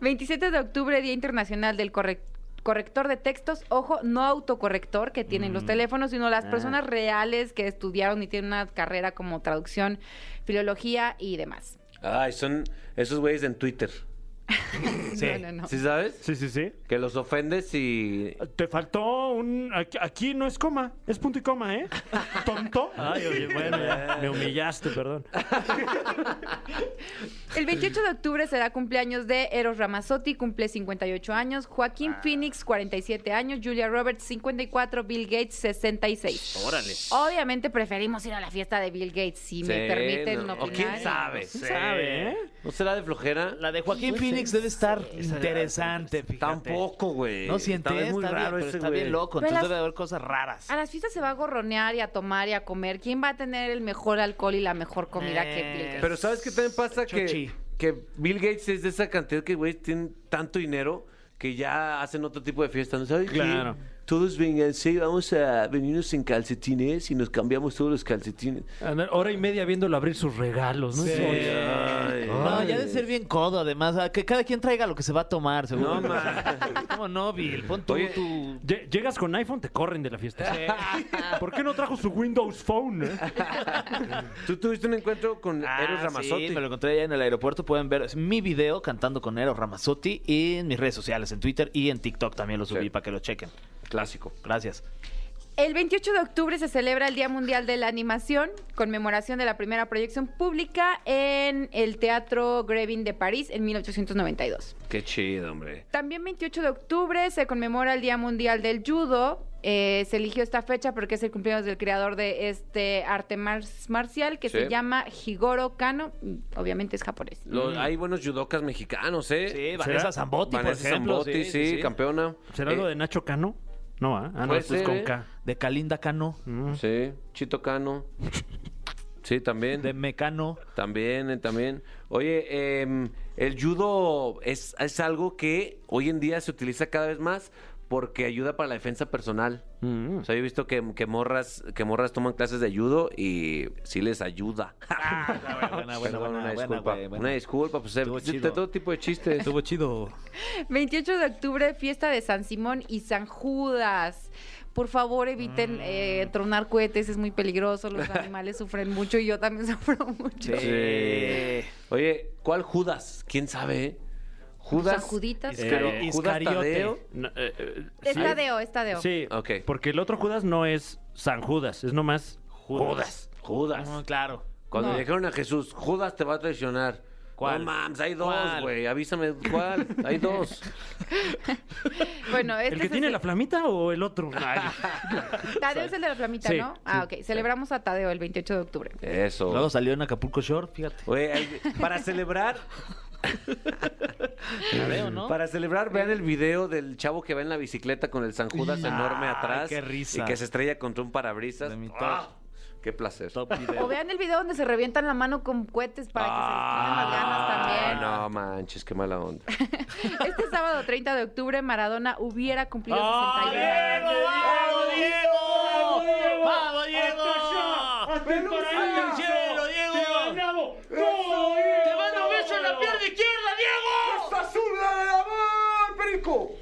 [SPEAKER 10] 27 de octubre, Día Internacional del Correc- Corrector de textos, ojo, no autocorrector que tienen
[SPEAKER 2] Mm.
[SPEAKER 10] los teléfonos, sino las
[SPEAKER 5] Ah.
[SPEAKER 10] personas reales que estudiaron y tienen una carrera como traducción, filología y demás.
[SPEAKER 2] Ay, son esos güeyes en Twitter.
[SPEAKER 10] Sí. No, no, no.
[SPEAKER 2] ¿Sí sabes?
[SPEAKER 3] Sí, sí, sí.
[SPEAKER 2] Que los ofendes y.
[SPEAKER 12] Te faltó un. Aquí, aquí no es coma, es punto y coma, ¿eh? Tonto.
[SPEAKER 3] Ay, oye, bueno, ya me humillaste, perdón.
[SPEAKER 10] El 28 de octubre será cumpleaños de Eros Ramazzotti, cumple 58 años, Joaquín
[SPEAKER 2] Ah.
[SPEAKER 10] Phoenix, 47 años, Julia Roberts, 54, Bill Gates, 66.
[SPEAKER 4] Órale.
[SPEAKER 10] Obviamente preferimos ir a la fiesta de Bill Gates, si
[SPEAKER 2] Sí,
[SPEAKER 10] me permiten
[SPEAKER 2] no.
[SPEAKER 10] opinar.
[SPEAKER 2] ¿O quién sabe?
[SPEAKER 4] ¿Quién sabe, eh?
[SPEAKER 2] ¿No será de flojera?
[SPEAKER 4] La de Joaquín
[SPEAKER 2] Pues,
[SPEAKER 4] Phoenix debe estar interesante, fíjate.
[SPEAKER 2] Tampoco, güey.
[SPEAKER 4] No sientes,
[SPEAKER 2] Está
[SPEAKER 4] está,
[SPEAKER 2] muy
[SPEAKER 4] bien,
[SPEAKER 2] raro
[SPEAKER 4] pero
[SPEAKER 2] ese
[SPEAKER 4] está
[SPEAKER 2] güey.
[SPEAKER 4] bien loco,
[SPEAKER 10] Pero
[SPEAKER 4] entonces
[SPEAKER 10] las- Ah,
[SPEAKER 4] debe haber cosas raras.
[SPEAKER 10] A las fiestas se va a gorronear y a tomar y a comer. ¿Quién va a tener el mejor alcohol y la mejor comida que Bill Gates?
[SPEAKER 2] Eh, Pero ¿sabes qué también pasa?
[SPEAKER 10] Chuchi.
[SPEAKER 2] Que, que Bill Gates es de esa cantidad que, güey, tienen tanto dinero que ya hacen otro tipo de fiesta, ¿no sabes? qué?
[SPEAKER 3] Claro.
[SPEAKER 2] Todos vénganse, vamos a venirnos en calcetines y nos cambiamos todos los calcetines.
[SPEAKER 3] Andar hora y media viéndolo abrir sus regalos, ¿no?
[SPEAKER 2] Sí.
[SPEAKER 3] Oye,
[SPEAKER 2] Ay.
[SPEAKER 4] No,
[SPEAKER 3] Ay.
[SPEAKER 4] ya debe ser bien codo, además. ah, Que cada quien traiga lo que se va a tomar, seguro.
[SPEAKER 3] No,
[SPEAKER 4] ¿Cómo no, Bill? Pon tú tu...
[SPEAKER 3] Lle- Llegas con iPhone, te corren de la fiesta.
[SPEAKER 12] ¿Por qué no trajo su Windows Phone? eh?
[SPEAKER 2] Tú tuviste un encuentro con Eros
[SPEAKER 4] Ah,
[SPEAKER 2] Ramazzotti.
[SPEAKER 4] Sí, me lo encontré allá en el aeropuerto. Pueden ver es mi video cantando con Eros Ramazzotti y en mis redes sociales, en Twitter y en TikTok también lo subí para que lo chequen.
[SPEAKER 2] Clásico.
[SPEAKER 4] Gracias.
[SPEAKER 10] El 28 de octubre se celebra el Día Mundial de la Animación, conmemoración de la primera proyección pública en el Teatro Grevin de París en 1892.
[SPEAKER 2] Qué chido, hombre.
[SPEAKER 10] También 28 de octubre se conmemora el Día Mundial del Judo. Eh, se eligió esta fecha porque es el cumpleaños del creador de este arte mar- marcial que
[SPEAKER 2] Sí.
[SPEAKER 10] se llama Higoro Kano. y Obviamente es japonés.
[SPEAKER 2] Lo- Hay buenos judocas mexicanos, ¿eh? Sí,
[SPEAKER 4] Mm. Vanessa ¿Será? Zambotti, por
[SPEAKER 2] Vanessa
[SPEAKER 4] ejemplo,
[SPEAKER 2] Zambotti, sí,
[SPEAKER 4] sí, sí, sí.
[SPEAKER 2] campeona.
[SPEAKER 3] ¿Será
[SPEAKER 2] Eh,
[SPEAKER 3] lo de Nacho Cano? No, ¿ah? Ah, no,
[SPEAKER 2] Puede
[SPEAKER 3] es
[SPEAKER 2] ser,
[SPEAKER 3] con
[SPEAKER 2] ¿eh?
[SPEAKER 3] K.
[SPEAKER 4] De Kalinda Cano.
[SPEAKER 2] Sí, Chito Cano. Sí, también.
[SPEAKER 4] Mm.
[SPEAKER 2] De
[SPEAKER 4] Mecano.
[SPEAKER 2] También, eh, también. Oye, em, el judo es, es algo que hoy en día se utiliza cada vez más porque ayuda para la defensa personal. O sea, yo he visto que, que morras, que morras toman clases de judo y sí les ayuda.
[SPEAKER 4] Buena, buena,
[SPEAKER 2] Perdón,
[SPEAKER 4] buena,
[SPEAKER 2] una
[SPEAKER 4] buena,
[SPEAKER 2] disculpa.
[SPEAKER 4] güey, buena.
[SPEAKER 2] Una disculpa, pues eh, de,
[SPEAKER 4] chido.
[SPEAKER 2] todo tipo de chistes.
[SPEAKER 4] Estuvo chido.
[SPEAKER 10] 28 de octubre, fiesta de San Simón y San Judas. Por favor,
[SPEAKER 3] Mm.
[SPEAKER 10] eviten eh, tronar cohetes, es muy peligroso, los animales sufren mucho y yo también sufro mucho.
[SPEAKER 2] Sí. Oye, ¿cuál Judas? ¿Quién sabe? eh? Judas.
[SPEAKER 10] San Juditas.
[SPEAKER 2] Pero
[SPEAKER 3] Eh,
[SPEAKER 2] Judas
[SPEAKER 3] Iscariote.
[SPEAKER 2] Tadeo.
[SPEAKER 3] No, eh, eh,
[SPEAKER 10] Es
[SPEAKER 3] sí.
[SPEAKER 10] Tadeo, es Tadeo.
[SPEAKER 3] Sí, porque el otro Judas no es San Judas, es nomás Judas.
[SPEAKER 2] Judas.
[SPEAKER 4] claro.
[SPEAKER 2] Cuando
[SPEAKER 10] No.
[SPEAKER 2] le dijeron a Jesús, Judas te va a traicionar.
[SPEAKER 4] ¿Cuál?
[SPEAKER 2] No mames, hay dos,
[SPEAKER 4] ¿Cuál?
[SPEAKER 2] güey. Avísame cuál. Hay dos.
[SPEAKER 10] Bueno, este
[SPEAKER 3] ¿El que
[SPEAKER 10] es
[SPEAKER 3] tiene la flamita o el otro? Ay.
[SPEAKER 10] Tadeo es el de la flamita,
[SPEAKER 3] Sí,
[SPEAKER 10] ¿no? Ah, ok. Celebramos a Tadeo el 28 de octubre.
[SPEAKER 2] Eso.
[SPEAKER 4] Luego salió en Acapulco Shore, fíjate.
[SPEAKER 2] Güey, hay- para celebrar. Para celebrar, vean el video del chavo que va en la bicicleta con el San Judas
[SPEAKER 4] Ay,
[SPEAKER 2] enorme atrás.
[SPEAKER 4] qué risa.
[SPEAKER 2] Y que se estrella contra un parabrisas. ¡Ah! ¡Qué placer!
[SPEAKER 10] O vean el video donde se revientan la mano con cohetes para
[SPEAKER 2] Ah, no manches, qué mala onda.
[SPEAKER 10] que se... Este sábado 30 de octubre Maradona hubiera cumplido
[SPEAKER 4] ¡Ah,
[SPEAKER 10] 61.
[SPEAKER 4] ¡Vamos, Diego! ¡Vamos, Diego! ¡Al cielo, Diego! ¡Te mando un beso en la pierna izquierda, Diego!
[SPEAKER 11] ¡Esta zurda del amor, Perico!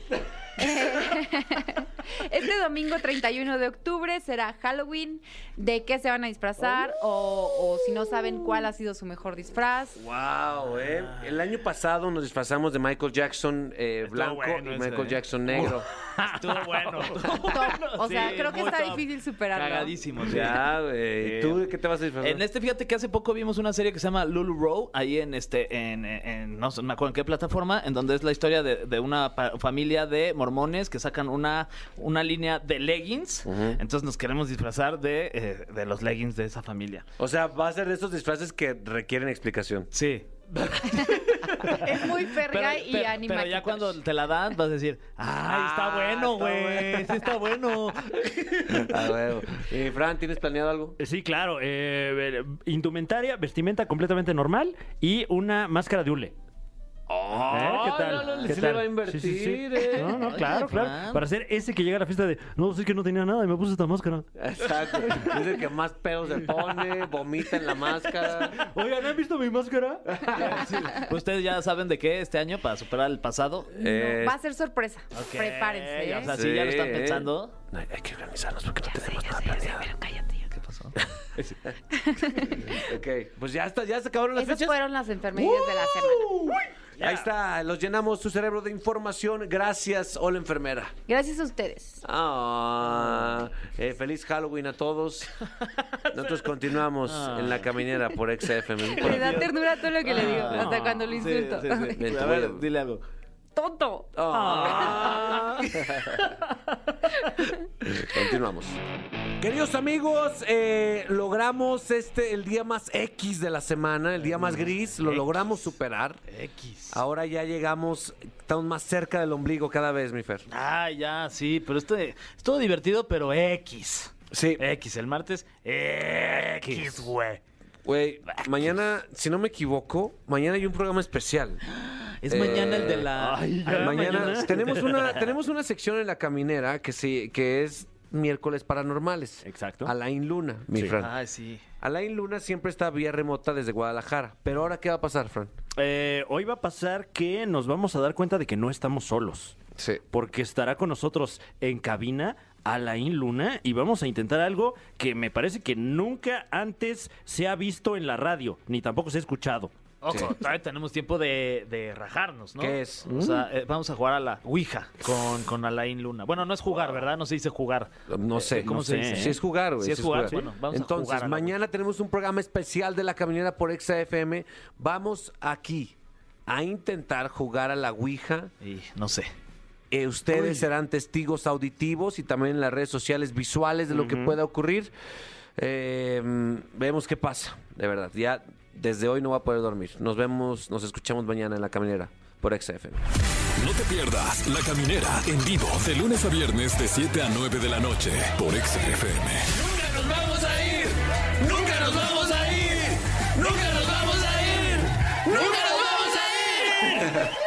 [SPEAKER 10] Este domingo 31 de octubre será Halloween. ¿De qué se van a disfrazar?
[SPEAKER 4] Uh.
[SPEAKER 10] O, o si no saben cuál ha sido su mejor disfraz.
[SPEAKER 2] Wow, eh. El año pasado nos disfrazamos de Michael Jackson eh, blanco
[SPEAKER 3] bueno
[SPEAKER 2] y
[SPEAKER 3] ese,
[SPEAKER 2] Michael
[SPEAKER 3] eh.
[SPEAKER 2] Jackson negro.
[SPEAKER 3] Estuvo bueno.
[SPEAKER 10] O sea,
[SPEAKER 4] Sí,
[SPEAKER 10] creo que
[SPEAKER 4] muy
[SPEAKER 10] está
[SPEAKER 4] top.
[SPEAKER 10] difícil superarlo.
[SPEAKER 4] Cagadísimo, sí.
[SPEAKER 2] Ya, güey. ¿Tú de qué te vas a disfrazar?
[SPEAKER 4] En este, fíjate que hace poco vimos una serie que se llama Lulu Row, ahí en este, en, en- en- no sé, no me acuerdo en qué plataforma, en donde es la historia de, de una pa- familia de mormones que sacan una, una línea de leggings. Entonces nos queremos disfrazar de, eh, de los leggings de esa familia.
[SPEAKER 2] O sea, va a ser de esos disfraces que requieren explicación.
[SPEAKER 4] Sí.
[SPEAKER 10] Es muy ferga y
[SPEAKER 4] pero-
[SPEAKER 10] animal.
[SPEAKER 4] pero ya cuando te la dan, vas a decir, ¡ay, está bueno, güey! Sí, está bueno.
[SPEAKER 2] A huevo. Eh, Fran, ¿tienes planeado algo?
[SPEAKER 12] Sí, claro. eh, eh, indumentaria, vestimenta completamente normal y una máscara de hule. ¿Eh? ¿Qué tal? ¿Qué
[SPEAKER 2] sí le
[SPEAKER 12] tal?
[SPEAKER 2] va a
[SPEAKER 12] Sí,
[SPEAKER 2] invertir,
[SPEAKER 12] sí, sí.
[SPEAKER 2] ¿eh?
[SPEAKER 12] No, no,
[SPEAKER 2] Oye,
[SPEAKER 12] claro, claro.
[SPEAKER 2] Fran.
[SPEAKER 12] Para ser ese que llega a la fiesta de, no, sí que no tenía nada y me puse esta máscara.
[SPEAKER 2] Exacto. Es el que más pedos se pone, vomita en la máscara.
[SPEAKER 12] Oiga, ¿no han visto mi máscara?
[SPEAKER 4] Ustedes ya saben de qué este año para superar el pasado.
[SPEAKER 10] Va a ser sorpresa. Prepárense. ¿eh?
[SPEAKER 4] O sea, sí, ya lo están pensando.
[SPEAKER 2] hay que organizarnos porque no
[SPEAKER 10] tenemos nada planeado. cállate. ya.
[SPEAKER 2] Ok, pues ya está, ya se acabaron las
[SPEAKER 10] Esas
[SPEAKER 2] fechas.
[SPEAKER 10] fueron las enfermedades de la semana.
[SPEAKER 2] Ahí está, los llenamos su cerebro de información. Gracias, hola enfermera.
[SPEAKER 10] Gracias a ustedes.
[SPEAKER 2] Ah, eh, feliz Halloween a todos. Nosotros continuamos en la caminera por XFM.
[SPEAKER 10] Le da ternura todo lo que le
[SPEAKER 4] Ah,
[SPEAKER 10] digo, hasta cuando lo insulto.
[SPEAKER 4] A ver, dile algo.
[SPEAKER 10] Tonto.
[SPEAKER 2] Ah. Continuamos. Queridos amigos, eh, logramos este el día más X de la semana, el día más gris, lo logramos superar.
[SPEAKER 4] X.
[SPEAKER 2] Ahora ya llegamos, estamos más cerca del ombligo cada vez, mi Fer.
[SPEAKER 4] Ah, ya, sí, pero este estuvo divertido, pero X.
[SPEAKER 2] Sí.
[SPEAKER 4] X, el martes. X, güey.
[SPEAKER 2] Güey, mañana, si no me equivoco, mañana hay un programa especial.
[SPEAKER 4] Es mañana el de la- Ay, ya,
[SPEAKER 2] mañana,
[SPEAKER 4] mañana.
[SPEAKER 2] tenemos una tenemos una sección en la caminera que sí que es miércoles paranormales. Exacto. Alain Luna, mi
[SPEAKER 4] Sí.
[SPEAKER 2] Fran.
[SPEAKER 4] Ah, sí.
[SPEAKER 2] Alain Luna siempre está vía remota desde Guadalajara, pero ahora qué va a pasar, Fran?
[SPEAKER 12] Eh, hoy va a pasar que nos vamos a dar cuenta de que no estamos solos.
[SPEAKER 2] Sí.
[SPEAKER 12] Porque estará con nosotros en cabina Alain Luna y vamos a intentar algo que me parece que nunca antes se ha visto en la radio, ni tampoco se ha escuchado.
[SPEAKER 4] Ojo, todavía tenemos tiempo de, de rajarnos, ¿no?
[SPEAKER 12] ¿Qué es?
[SPEAKER 4] O sea, eh, vamos a jugar a la Ouija con, con Alain Luna. Bueno, no es jugar, ¿verdad? No se dice jugar. Eh,
[SPEAKER 2] No sé,
[SPEAKER 4] ¿Cómo
[SPEAKER 2] no
[SPEAKER 4] se
[SPEAKER 2] sé.
[SPEAKER 4] dice?
[SPEAKER 2] Si es jugar, güey.
[SPEAKER 4] Si es jugar, bueno, vamos
[SPEAKER 2] Entonces,
[SPEAKER 4] a jugar. a la-
[SPEAKER 2] mañana tenemos un programa especial de la caminera por Exa FM. Vamos aquí a intentar jugar a la Ouija. Eh,
[SPEAKER 4] Y no sé.
[SPEAKER 2] ustedes serán testigos auditivos y también en las redes sociales visuales de lo que
[SPEAKER 4] Ujú.
[SPEAKER 2] pueda ocurrir. Eh, mm, vemos qué pasa, de verdad. Ya desde hoy no va a poder dormir. Nos vemos, nos escuchamos mañana en la caminera por Exa FM.
[SPEAKER 1] No te pierdas La Caminera en vivo de lunes a viernes de 7 a 9 de la noche por XFM.
[SPEAKER 3] Nunca nos vamos a ir. Nunca nos vamos a ir. Nunca nos vamos a ir. Nunca nos vamos a ir.